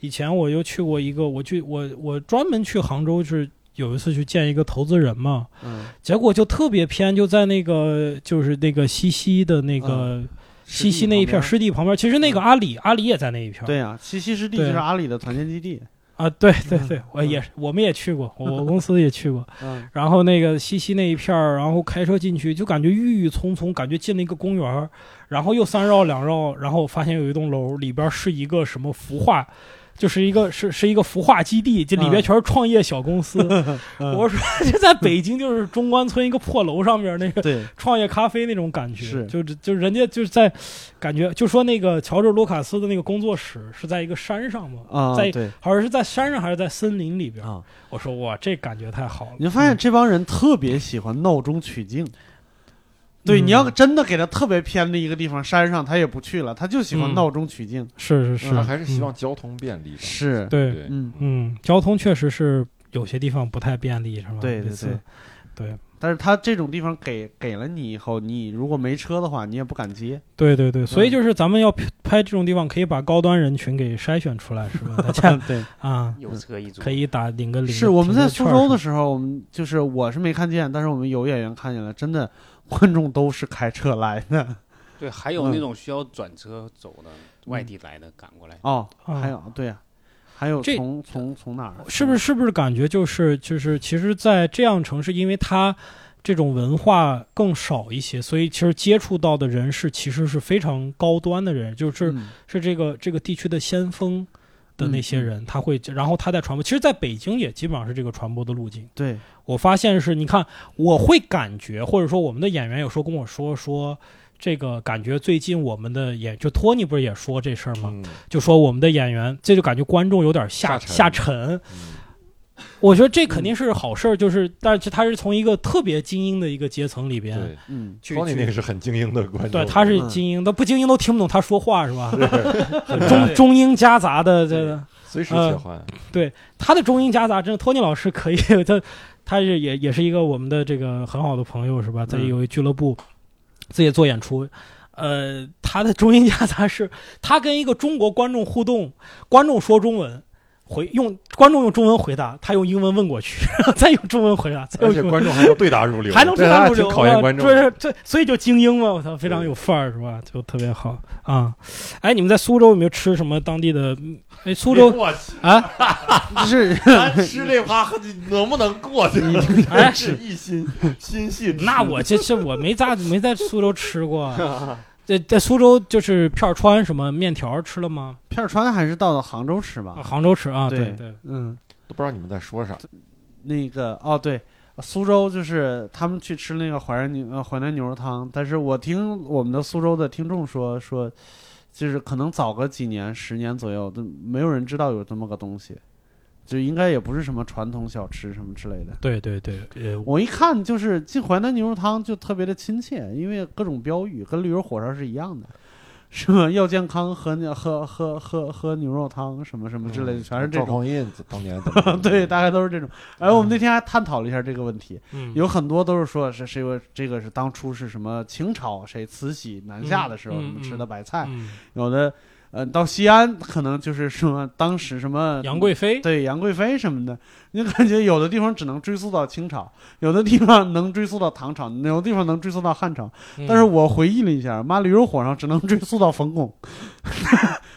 Speaker 3: 以前我又去过一个，我去我我专门去杭州是有一次去见一个投资人嘛，
Speaker 4: 嗯，
Speaker 3: 结果就特别偏，就在那个就是那个西溪的那个西溪那一片嗯
Speaker 4: 湿
Speaker 3: 湿地旁边。其实那个阿里，阿里也在那一片。
Speaker 4: 地旁边，对呀、西溪湿地就
Speaker 3: 对
Speaker 4: 是阿里的团建基地。
Speaker 3: 啊，对对对，我也是，我们也去过，我我公司也去过。
Speaker 4: 嗯
Speaker 3: 然后那个西溪那一片儿，然后开车进去就感觉郁郁葱葱，感觉进了一个公园儿，然后又三绕两绕，然后发现有一栋楼里边是一个什么孵化。就是一个 是是一个孵化基地，这里边全是创业小公司。我说 这在北京就是中关村一个破楼上面那个
Speaker 4: 对，
Speaker 3: 创业咖啡那种感觉，
Speaker 4: 是
Speaker 3: 就就人家就是在感觉，就说那个乔治卢卡斯的那个工作室是在一个山上嘛，
Speaker 4: 啊、
Speaker 3: 在
Speaker 4: 对，
Speaker 3: 好像是在山上还是在森林里边。
Speaker 4: 啊
Speaker 3: 我说哇，这感觉太好了。嗯
Speaker 4: 你就发现这帮人特别喜欢闹中取静。对，
Speaker 3: 嗯
Speaker 4: 你要真的给他特别偏的一个地方，山上他也不去了，他就喜欢
Speaker 3: 嗯
Speaker 4: 闹中取静。
Speaker 3: 是是是，
Speaker 9: 他还是希
Speaker 3: 嗯
Speaker 9: 望交通便利吧。
Speaker 4: 是，
Speaker 3: 对，
Speaker 9: 对，
Speaker 4: 嗯，
Speaker 3: 嗯，交通确实是有些地方不太便利，是吧？
Speaker 4: 对对
Speaker 3: 这次
Speaker 4: 对
Speaker 3: 对
Speaker 4: 但是他这种地方给给了你以后，你如果没车的话，你也不敢接。
Speaker 3: 对对对，
Speaker 4: 嗯
Speaker 3: 所以就是咱们要拍这种地方，可以把高端人群给筛选出来，是吧？大 家
Speaker 4: 对，
Speaker 3: 啊，
Speaker 2: 有车一族
Speaker 3: 可以打领个领。
Speaker 4: 是我们在苏州的
Speaker 3: 时
Speaker 4: 时候，我们就是我是没看见，但是我们有演员看见了，真的观众都是开车来的
Speaker 2: 对，还有
Speaker 3: 嗯
Speaker 2: 那种需要转车走的，外地来的赶过来，
Speaker 4: 哦，
Speaker 3: 啊
Speaker 4: 还有对呀、还有
Speaker 3: 这
Speaker 4: 从从从哪儿？啊
Speaker 3: 是不是是不是感觉就是就是，其实，在这样城市，因为它。这种文化更少一些，所以其实接触到的人是其实是非常高端的人，就是、
Speaker 4: 嗯
Speaker 3: 是这个这个地区的先锋的那些
Speaker 4: 嗯嗯
Speaker 3: 人，他会，然后他在传播。其实，在北京也基本上是这个传播的路径。
Speaker 4: 对，
Speaker 3: 我发现是，你看，我会感觉，或者说我们的演员有时候跟我说说，这个感觉最近我们的演，就托尼不是也说这事儿吗？
Speaker 9: 嗯
Speaker 3: 就说我们的演员，这就感觉观众有点下
Speaker 9: 下沉
Speaker 3: 下沉。
Speaker 9: 嗯
Speaker 3: 我觉得这肯定是好事儿，就是，但是他是从一个特别精英的一个阶层里边，
Speaker 9: 对
Speaker 4: 嗯，
Speaker 3: 去
Speaker 9: ，Tony
Speaker 3: 去
Speaker 9: 那个是很精英的观众，
Speaker 3: 对，他是
Speaker 4: 嗯
Speaker 3: 精英，但不精英都听不懂他说话是吧？
Speaker 9: 很
Speaker 3: 中中英夹杂的这个。
Speaker 9: 随时切换，
Speaker 3: 他的中英夹杂，真的托尼老师可以，他他是也也是一个我们的这个很好的朋友是吧？在
Speaker 9: 嗯
Speaker 3: 有一俱乐部，自己做演出。呃，他的中英夹杂是，他跟一个中国观众互动，观众说中文，回用观众用中文回答，他用英文问过去，再用中文回答，再
Speaker 9: 而
Speaker 3: 用
Speaker 9: 且
Speaker 3: 英文
Speaker 9: 观众还能对答如流，
Speaker 3: 哎还能
Speaker 9: 这
Speaker 3: 这
Speaker 4: 啊
Speaker 3: 样
Speaker 9: 还
Speaker 3: 入流，啊
Speaker 9: 挺考验观众
Speaker 3: 对
Speaker 9: 的。
Speaker 3: 对对，所以就精英嘛，我操，非常有范儿是吧？就特别好啊。哎，你们在苏州有没有吃什么当地的？哎，苏州
Speaker 5: 我去，
Speaker 3: 啊
Speaker 4: 是
Speaker 5: 咱吃这趴能不能过去？
Speaker 3: 哎
Speaker 5: 是一心心系之
Speaker 3: 那我这这我没咋没在苏州吃过，啊 在在苏州就是片儿川什么面条儿吃了吗？
Speaker 4: 片儿川还是到了杭州吃
Speaker 3: 啊，
Speaker 4: 吧？
Speaker 3: 杭州吃啊，对
Speaker 4: 对
Speaker 3: 对，
Speaker 4: 嗯，
Speaker 9: 都不知道你们在说啥，
Speaker 4: 那个哦对，苏州就是他们去吃那个淮南牛呃淮南牛肉汤，但是我听我们的苏州的听众说说，就是可能早个几年十年左右都没有人知道有这么个东西，就应该也不是什么传统小吃什么之类的。
Speaker 3: 对对对，呃，
Speaker 4: 我一看就是进淮南牛肉汤就特别的亲切，因为各种标语跟驴肉火烧是一样的，是吧？要健康喝牛喝喝喝喝牛肉汤什么什么之类的，全是这
Speaker 9: 嗯赵
Speaker 4: 种。
Speaker 9: 匡胤当 年怎么
Speaker 4: 对，大概都是这种。哎，我们那天还探讨了一下这个问题，
Speaker 3: 嗯，
Speaker 4: 有很多都是说是谁有这个是当初是什么清朝谁慈禧南下的时
Speaker 3: 嗯
Speaker 4: 候什么
Speaker 3: 嗯
Speaker 4: 吃的白菜，
Speaker 3: 嗯
Speaker 4: 有的呃到西安可能就是什么当时什么
Speaker 3: 杨贵妃，
Speaker 4: 对杨贵妃什么的，你就感觉有的地方只能追溯到清朝，有的地方能追溯到唐朝，有的地方能追溯到汉朝。
Speaker 3: 嗯
Speaker 4: 但是我回忆了一下，妈驴肉火烧只能追溯到冯 巩，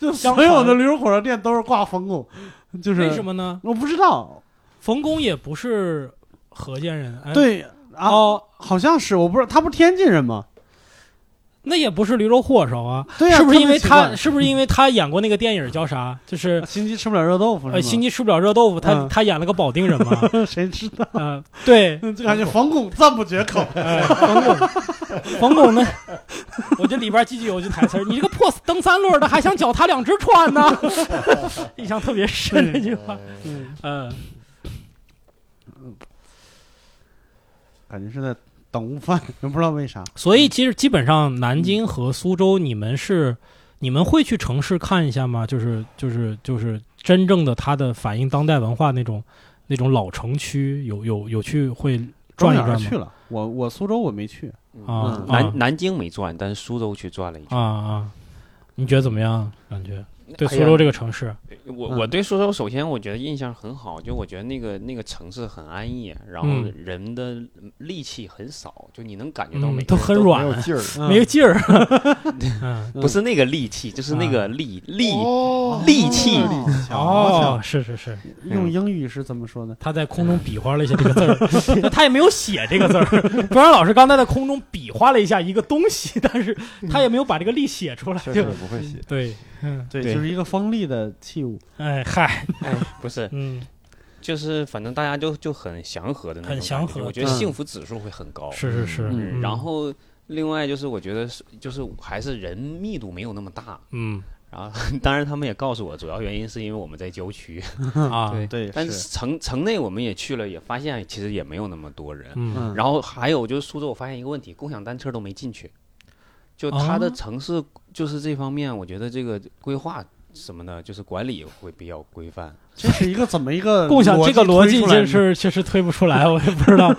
Speaker 4: 就所有的驴肉火烧店都是挂冯巩，就是
Speaker 3: 为什么呢？
Speaker 4: 我不知道，
Speaker 3: 冯巩也不是河间人，哎，
Speaker 4: 对啊，
Speaker 3: 哦，
Speaker 4: 好像是我不知道，他不是天津人吗？
Speaker 3: 那也不是驴肉火烧啊，
Speaker 4: 对呀、
Speaker 3: 是不是因为
Speaker 4: 特别奇
Speaker 3: 他
Speaker 4: 怪
Speaker 3: 是不是因为他演过那个电影叫啥？就是
Speaker 4: 星期吃不了热豆哦腐是吗？
Speaker 3: 呃，心机吃不了热豆腐，他
Speaker 4: 嗯
Speaker 3: 他演了个保定人嘛，
Speaker 4: 谁知道？
Speaker 3: 嗯，对，
Speaker 4: 就感觉冯巩赞不绝口。
Speaker 3: 哎，冯巩，冯巩呢？ 我这里边记句有句台词儿：“你这个破蹬三轮的，还想脚踏两只船呢？” 印象特别深那句话。
Speaker 4: 嗯，
Speaker 3: 嗯，
Speaker 4: 感觉是在等午饭，也不知道为啥。
Speaker 3: 所以其实基本上南京和苏州，你们是你们会去城市看一下吗？就是就是就是真正的它的反映当代文化那种那种老城区，有有有去会转一
Speaker 4: 庄园
Speaker 3: 转
Speaker 4: 去
Speaker 3: 吗？
Speaker 4: 了，我我苏州我没去，
Speaker 3: 啊
Speaker 4: 嗯
Speaker 2: 南南京没转，但是苏州去转了一
Speaker 3: 啊
Speaker 2: 圈。
Speaker 3: 啊！你觉得怎么样？感觉对
Speaker 2: 哎
Speaker 3: 苏
Speaker 2: 呀
Speaker 3: 州这个城市，
Speaker 2: 我
Speaker 4: 嗯
Speaker 2: 我对苏州首先我觉得印象很好，就我觉得那个那个城市很安逸，然后
Speaker 3: 嗯
Speaker 2: 人的力气很少，就你能感觉到每
Speaker 3: 嗯，
Speaker 2: 个
Speaker 3: 都
Speaker 2: 人
Speaker 3: 很
Speaker 2: 都
Speaker 9: 没有
Speaker 3: 软，
Speaker 9: 劲儿，
Speaker 4: 嗯
Speaker 3: 没劲儿。嗯，
Speaker 2: 不是那个力气，就是那个力力
Speaker 9: 哦
Speaker 2: 力气。
Speaker 4: 哦
Speaker 3: 哦，是是是，
Speaker 4: 用英语是怎么说呢？
Speaker 3: 他在空中比划了一下这个字儿，那他也没有写这个字儿。庄园老师刚才在空中比划了一下一个东西，但是他也没有把这个力写出来。
Speaker 9: 确实
Speaker 3: 就
Speaker 9: 也不会写。
Speaker 3: 对，嗯，
Speaker 4: 对，
Speaker 2: 对
Speaker 4: 就是一个锋利的器物。
Speaker 3: 哎嗨，
Speaker 2: 不是，
Speaker 3: 嗯，
Speaker 2: 就是反正大家就就很祥和的那种
Speaker 3: 很
Speaker 2: 感觉
Speaker 3: 祥和
Speaker 2: 我觉得
Speaker 4: 嗯
Speaker 2: 幸福指数会很高。
Speaker 3: 是是是，
Speaker 2: 嗯，
Speaker 3: 嗯
Speaker 2: 然后另外就是我觉得是就是还是人密度没有那么大。
Speaker 3: 嗯
Speaker 2: 然后当然他们也告诉我，主要原因是因为我们在郊区，
Speaker 3: 啊，
Speaker 2: 对
Speaker 4: 对，
Speaker 2: 但
Speaker 4: 是
Speaker 2: 是城城内我们也去了，也发现其实也没有那么多人。
Speaker 3: 嗯
Speaker 4: 嗯
Speaker 2: 然后还有就是苏州，我发现一个问题，共享单车都没进去，就它的
Speaker 3: 哦
Speaker 2: 城市就是这方面，我觉得这个规划什么的，就是管理会比较规范。
Speaker 4: 这是一个怎么一个
Speaker 3: 共享这个逻辑
Speaker 4: 推出来的
Speaker 3: 这是确实推不出来，我也不知道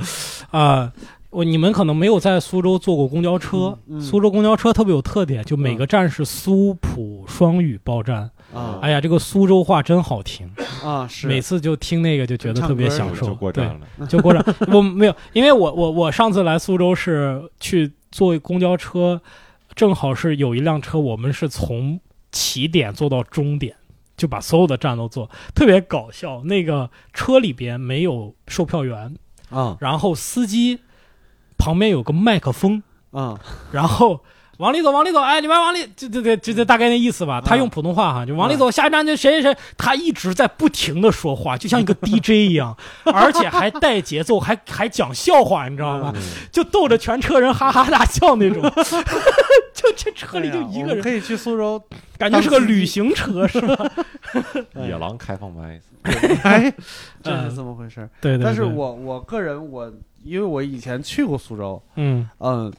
Speaker 3: 啊。我你们可能没有在苏州坐过公交车，
Speaker 4: 嗯嗯
Speaker 3: 苏州公交车特别有特点，
Speaker 9: 嗯
Speaker 3: 就每个站是苏普双语报站。
Speaker 9: 嗯
Speaker 4: 啊
Speaker 3: 哎呀，这个苏州话真好听，
Speaker 4: 啊是
Speaker 3: 每次就听那个就觉得特别享受，
Speaker 9: 就过
Speaker 3: 对，
Speaker 9: 站了，
Speaker 3: 就过站。我没有，因为我我我上次来苏州是去坐公交车，正好是有一辆车，我们是从起点坐到终点，就把所有的站都坐，特别搞笑。那个车里边没有售票员，
Speaker 9: 啊
Speaker 3: 然后司机旁边有个麦克风，
Speaker 4: 啊
Speaker 3: 然后往里走，往里走，哎，里面往里，就就就就就大概那意思吧。他
Speaker 4: 嗯
Speaker 3: 用普通话哈，就往里走，下一站就谁谁谁，他一直在不停的说话，就像一个 DJ 一样，而且还带节奏，还还讲笑话，你知道
Speaker 4: 嗯
Speaker 3: 吗？就逗着全车人哈哈大笑那种。 就这车里就一个
Speaker 4: 啊我们
Speaker 3: 人，
Speaker 4: 可以去苏州。
Speaker 3: 感觉是个旅行车是 吧？
Speaker 4: 嗯
Speaker 9: 野狼开放麦，
Speaker 4: 哎，这是怎么回事？
Speaker 3: 嗯对对。
Speaker 4: 但是
Speaker 3: 对
Speaker 4: 我我个人我，因为我以前去过苏州，
Speaker 3: 嗯
Speaker 4: 嗯，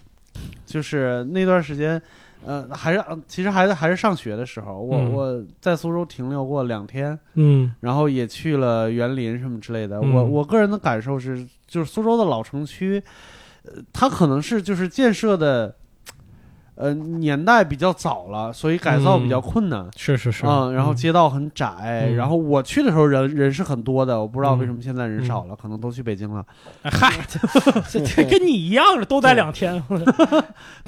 Speaker 4: 就是那段时间，呃，还是呃其实还是还是上学的时候，我、
Speaker 3: 嗯
Speaker 4: 我在苏州停留过两天，
Speaker 3: 嗯
Speaker 4: 然后也去了园林什么之类的。
Speaker 3: 嗯
Speaker 4: 我我个人的感受是，就是苏州的老城区，呃，它可能是就是建设的，呃，年代比较早了，所以改造比
Speaker 3: 嗯
Speaker 4: 较困难。
Speaker 3: 是是是
Speaker 4: 嗯，然后街道很窄，
Speaker 3: 嗯
Speaker 4: 然后我去的时候人人是很多的，我不知道为
Speaker 3: 嗯
Speaker 4: 什么现在人少了，可能都去北京 了。
Speaker 3: 嗨，这这跟你一样的，都待两天。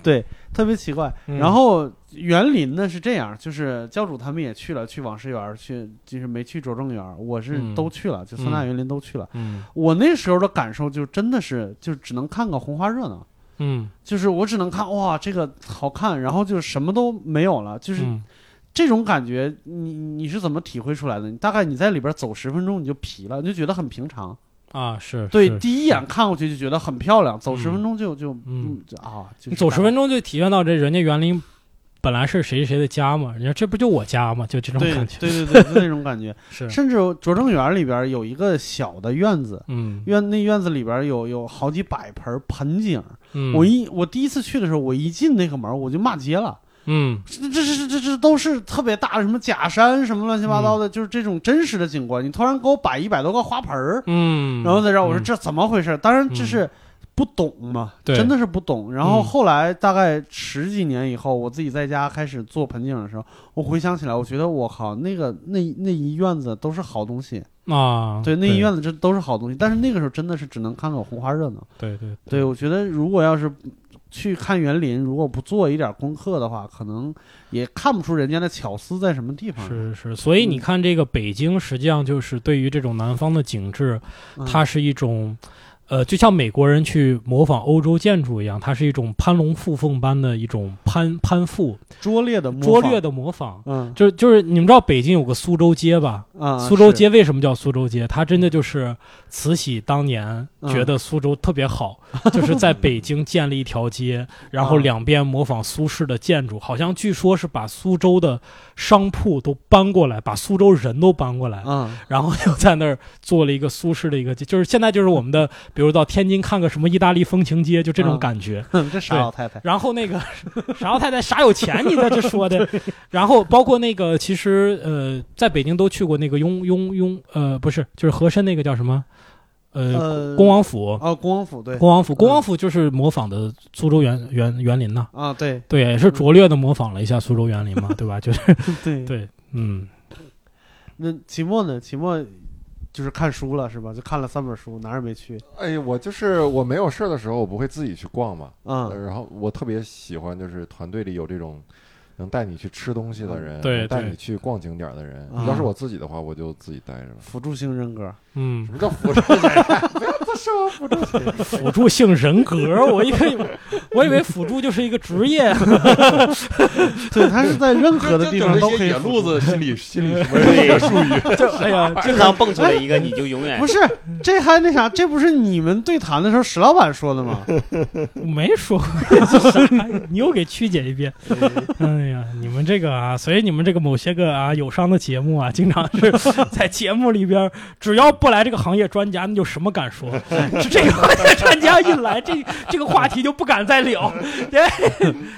Speaker 4: 对，特别奇怪。
Speaker 3: 嗯
Speaker 4: 然后园林呢是这样，就是教主他们也去了，去网师园儿，去就是没去拙政园儿，我是
Speaker 3: 嗯
Speaker 4: 都去了，就三大园林都去了。
Speaker 3: 嗯
Speaker 4: 我那时候的感受就真的是，就只能看个红花热闹，
Speaker 3: 嗯，
Speaker 4: 就是我只能看哇这个好看，然后就什么都没有了，
Speaker 3: 就
Speaker 4: 就
Speaker 3: 是
Speaker 4: 这种感觉，你你是怎么体会出来的？你大概你在里边走十分钟你就疲了，你就觉得很平常。
Speaker 3: 啊是
Speaker 4: 对，
Speaker 3: 是
Speaker 4: 第一眼看过去就觉得很漂亮，走十
Speaker 3: 嗯
Speaker 4: 分钟就就
Speaker 3: 嗯
Speaker 4: 就啊，就
Speaker 3: 你
Speaker 4: 是
Speaker 3: 走
Speaker 4: 大
Speaker 3: 十
Speaker 4: 概
Speaker 3: 分钟就体验到这人家园林本来是谁谁谁的家嘛，人家这不就我家嘛，就这种
Speaker 4: 对
Speaker 3: 感觉。
Speaker 4: 对对对，就那种感觉。
Speaker 3: 是，
Speaker 4: 甚至拙政园里边有一个小的院子，
Speaker 3: 嗯
Speaker 4: 院那院子里边有有好几百盆盆景。
Speaker 3: 嗯，
Speaker 4: 我一我第一次去的时候，我一进那个门我就骂街了，
Speaker 3: 嗯
Speaker 4: 这这这这这都是特别大的什么假山什么乱七
Speaker 3: 嗯
Speaker 4: 八糟的，就是这种真实的景观。你突然给我摆一百多个花盆儿，
Speaker 3: 嗯，
Speaker 4: 然后再让我说
Speaker 3: 嗯
Speaker 4: 这怎么回事？当然这
Speaker 3: 嗯
Speaker 4: 是不懂嘛，
Speaker 3: 对
Speaker 4: 真的是不懂。然后
Speaker 3: 嗯
Speaker 4: 后来大概十几年以后，我自己在家开始做盆景的时候，我回想起来，我觉得我靠，那个那那一院子都是好东西，
Speaker 3: 啊，
Speaker 4: 对，那一院子这都是好东西。但是那个时候真的是只能看个红花热闹。
Speaker 3: 对对
Speaker 4: 对，我觉得如果要是。去看园林，如果不做一点功课的话，可能也看不出人家的巧思在什么地方。
Speaker 3: 是是是，所以你看这个北京，实际上就是对于这种南方的景致，
Speaker 4: 嗯，
Speaker 3: 它是一种，呃，就像美国人去模仿欧洲建筑一样，它是一种攀龙附凤般的一种攀攀附、
Speaker 4: 拙劣的
Speaker 3: 拙劣，的模仿。
Speaker 4: 嗯
Speaker 3: 就就是你们知道北京有个苏州街吧？
Speaker 4: 啊，
Speaker 3: 苏州
Speaker 4: 是
Speaker 3: 街为什么叫苏州街？它真的就是慈禧当年
Speaker 4: 嗯
Speaker 3: 觉得苏州特别好，就是在北京建了一条街，然后
Speaker 4: 啊
Speaker 3: 两边模仿苏式的建筑，好像据说是把苏州的商铺都搬过来，把苏州人都搬过来，
Speaker 4: 啊，
Speaker 3: 然后又在那儿做了一个苏式的一个街，就是现在就是我们的，比如到天津看个什么意大利风情街，就这种
Speaker 4: 嗯
Speaker 3: 感觉。
Speaker 4: 这傻
Speaker 3: 对
Speaker 4: 老太太。
Speaker 3: 然后那个傻老太太啥有钱，你在这说的。然后包括那个，其实呃，在北京都去过那个雍雍雍，呃，不是，就是和珅那个叫什么， 呃，
Speaker 4: 呃，
Speaker 3: 恭王府，
Speaker 4: 哦，恭王府对
Speaker 3: 恭王府，恭王府就是模仿的苏州园园园林呐，
Speaker 4: 啊， 对
Speaker 3: 对，也是拙劣的模仿了一下苏州园林嘛，对吧？就是
Speaker 4: 对
Speaker 3: 对，嗯，
Speaker 4: 那期末呢？期末就是看书了是吧？就看了三本书，哪儿也没去
Speaker 9: 哎，我就是我没有事儿的时候，我不会自己去逛嘛。
Speaker 4: 啊
Speaker 9: 呃。然后我特别喜欢，就是团队里有这种能带你去吃东西的人，
Speaker 3: 对
Speaker 9: 能带
Speaker 3: 对
Speaker 9: 你去逛景点的人。
Speaker 4: 啊
Speaker 9: 要是我自己的话，我就自己待着了。
Speaker 4: 辅助性人格，
Speaker 3: 嗯
Speaker 9: 什，么叫扶着人？不要不说扶着人。
Speaker 3: 辅助性人格，我以为我以为辅助就是一个职 业，
Speaker 4: 对，他是在 任何的地方都可以
Speaker 5: 野
Speaker 4: 辅
Speaker 5: 路
Speaker 4: 助。
Speaker 5: 子心 理心理什么
Speaker 2: 对，
Speaker 5: 术语，
Speaker 2: 这哎呀，经常蹦出来一个，你就永远
Speaker 4: 不是，这还那啥，这不是你们对谈的时候史老板说 的吗？
Speaker 3: 没说过啥，你又给曲解一 遍。哎呀，你们这个啊，所以你们这个某些个啊友商的节目啊，经常 是在节目里边儿，只要不来这个行业专家，那就什么敢 说。是这个行业专家一来，这这个话题就不敢再聊。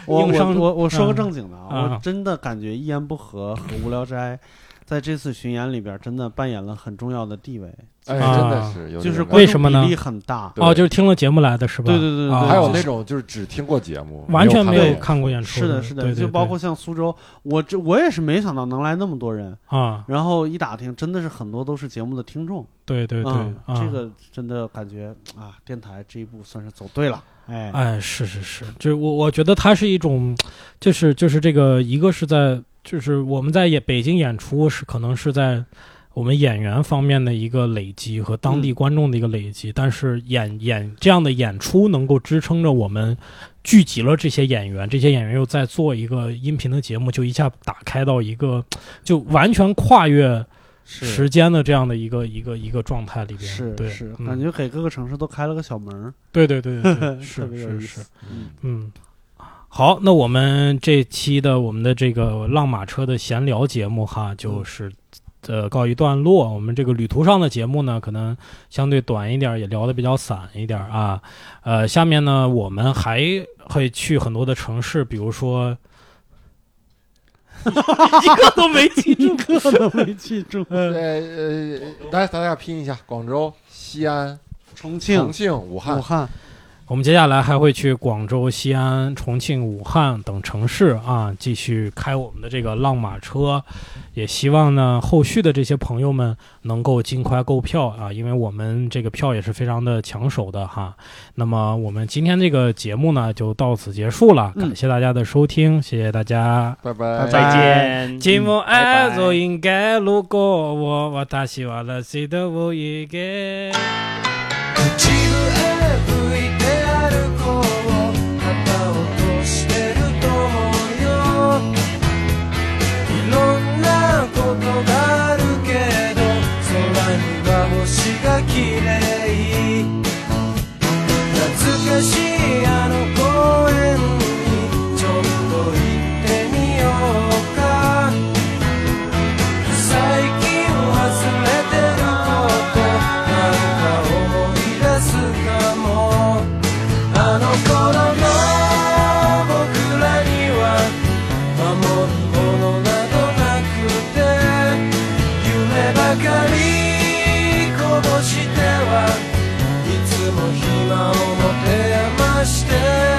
Speaker 4: 我
Speaker 3: 硬
Speaker 4: 我
Speaker 3: 伤
Speaker 4: 我我说个
Speaker 3: 嗯
Speaker 4: 正经的啊，
Speaker 3: 啊
Speaker 4: 我真的感觉《一言不合》和《无聊斋》在这次巡演里边真的扮演了很重要的地位，
Speaker 9: 哎，
Speaker 3: 啊
Speaker 9: 真的是有这
Speaker 4: 就是
Speaker 9: 种
Speaker 4: 观
Speaker 3: 为
Speaker 4: 众
Speaker 3: 什么呢
Speaker 4: 比例很大。
Speaker 9: 对
Speaker 3: 哦，就是听了节目来的是吧？
Speaker 4: 对对对对
Speaker 3: 啊
Speaker 4: 对
Speaker 9: 还有那种就是只听过节目，
Speaker 3: 完全没
Speaker 9: 没
Speaker 3: 有
Speaker 9: 看
Speaker 3: 看过演出，
Speaker 4: 是的，是的，
Speaker 3: 对对
Speaker 4: 就包
Speaker 3: 对
Speaker 4: 括像苏州，我这我也是没想到能来那么多人。
Speaker 3: 啊，
Speaker 4: 然后一打听，真的是很多都是节目的听众。
Speaker 3: 对对对，
Speaker 4: 嗯
Speaker 3: 啊
Speaker 4: 这个真的感觉啊，电台这一步算是走对了。哎，
Speaker 3: 哎，是是是，就是我我觉得它是一种，就是就是这个，一个是在就是我们在演北京演出是可能是在我们演员方面的一个累积和当
Speaker 4: 嗯
Speaker 3: 地观众的一个累积，但是演演这样的演出能够支撑着我们聚集了这些演员，这些演员又在做一个音频的节目，就一下打开到一个就完全跨越时间的这样的一个一个一个状态里边，
Speaker 4: 是
Speaker 3: 对，
Speaker 4: 是，
Speaker 3: 嗯
Speaker 4: 感觉给各个城市都开了个小 门儿，
Speaker 3: 对对对对 对
Speaker 4: 特
Speaker 3: 是
Speaker 4: 别有
Speaker 3: 是
Speaker 4: 意
Speaker 3: 是
Speaker 4: 思，嗯
Speaker 3: 嗯，好，那我们这期的我们的这个浪马车的闲聊节目哈，就是呃告一段落。我们这个旅途上的节目呢，可能相对短一点，也聊得比较散一点啊。呃，下面呢，我们还会去很多的城市，比如说。 一个都没记住，
Speaker 4: 这都没记住。
Speaker 3: 嗯
Speaker 9: 呃呃，来大家拼一下：广州、西安、
Speaker 4: 重庆
Speaker 9: 重、庆、武汉
Speaker 4: 武。汉，
Speaker 3: 我们接下来还会去广州、西安、重庆、武汉等城市啊，继续开我们的这个浪马车。也希望呢，后续的这些朋友们能够尽快购票啊，因为我们这个票也是非常的抢手的哈。那么我们今天这个节目呢，就到此结束了，
Speaker 4: 嗯
Speaker 3: 感谢大家的收听，谢谢大家。
Speaker 9: 拜拜
Speaker 4: 拜
Speaker 2: 再
Speaker 4: 拜
Speaker 2: 见。
Speaker 3: 今晚
Speaker 2: 拜拜
Speaker 3: 就应该路过我，我他喜欢了谁的我一个。
Speaker 10: 口笛笛で歩こう「旗をとしてると思うよ」「いろんなことがあるけど空には星が綺麗い」「懐かしいあの公園にちょっと行ってみようか」最近忘れてることなんか思い出すかもあの頃の僕らには守るものなどなくて夢ばかりこぼしてはいつも暇を持て余して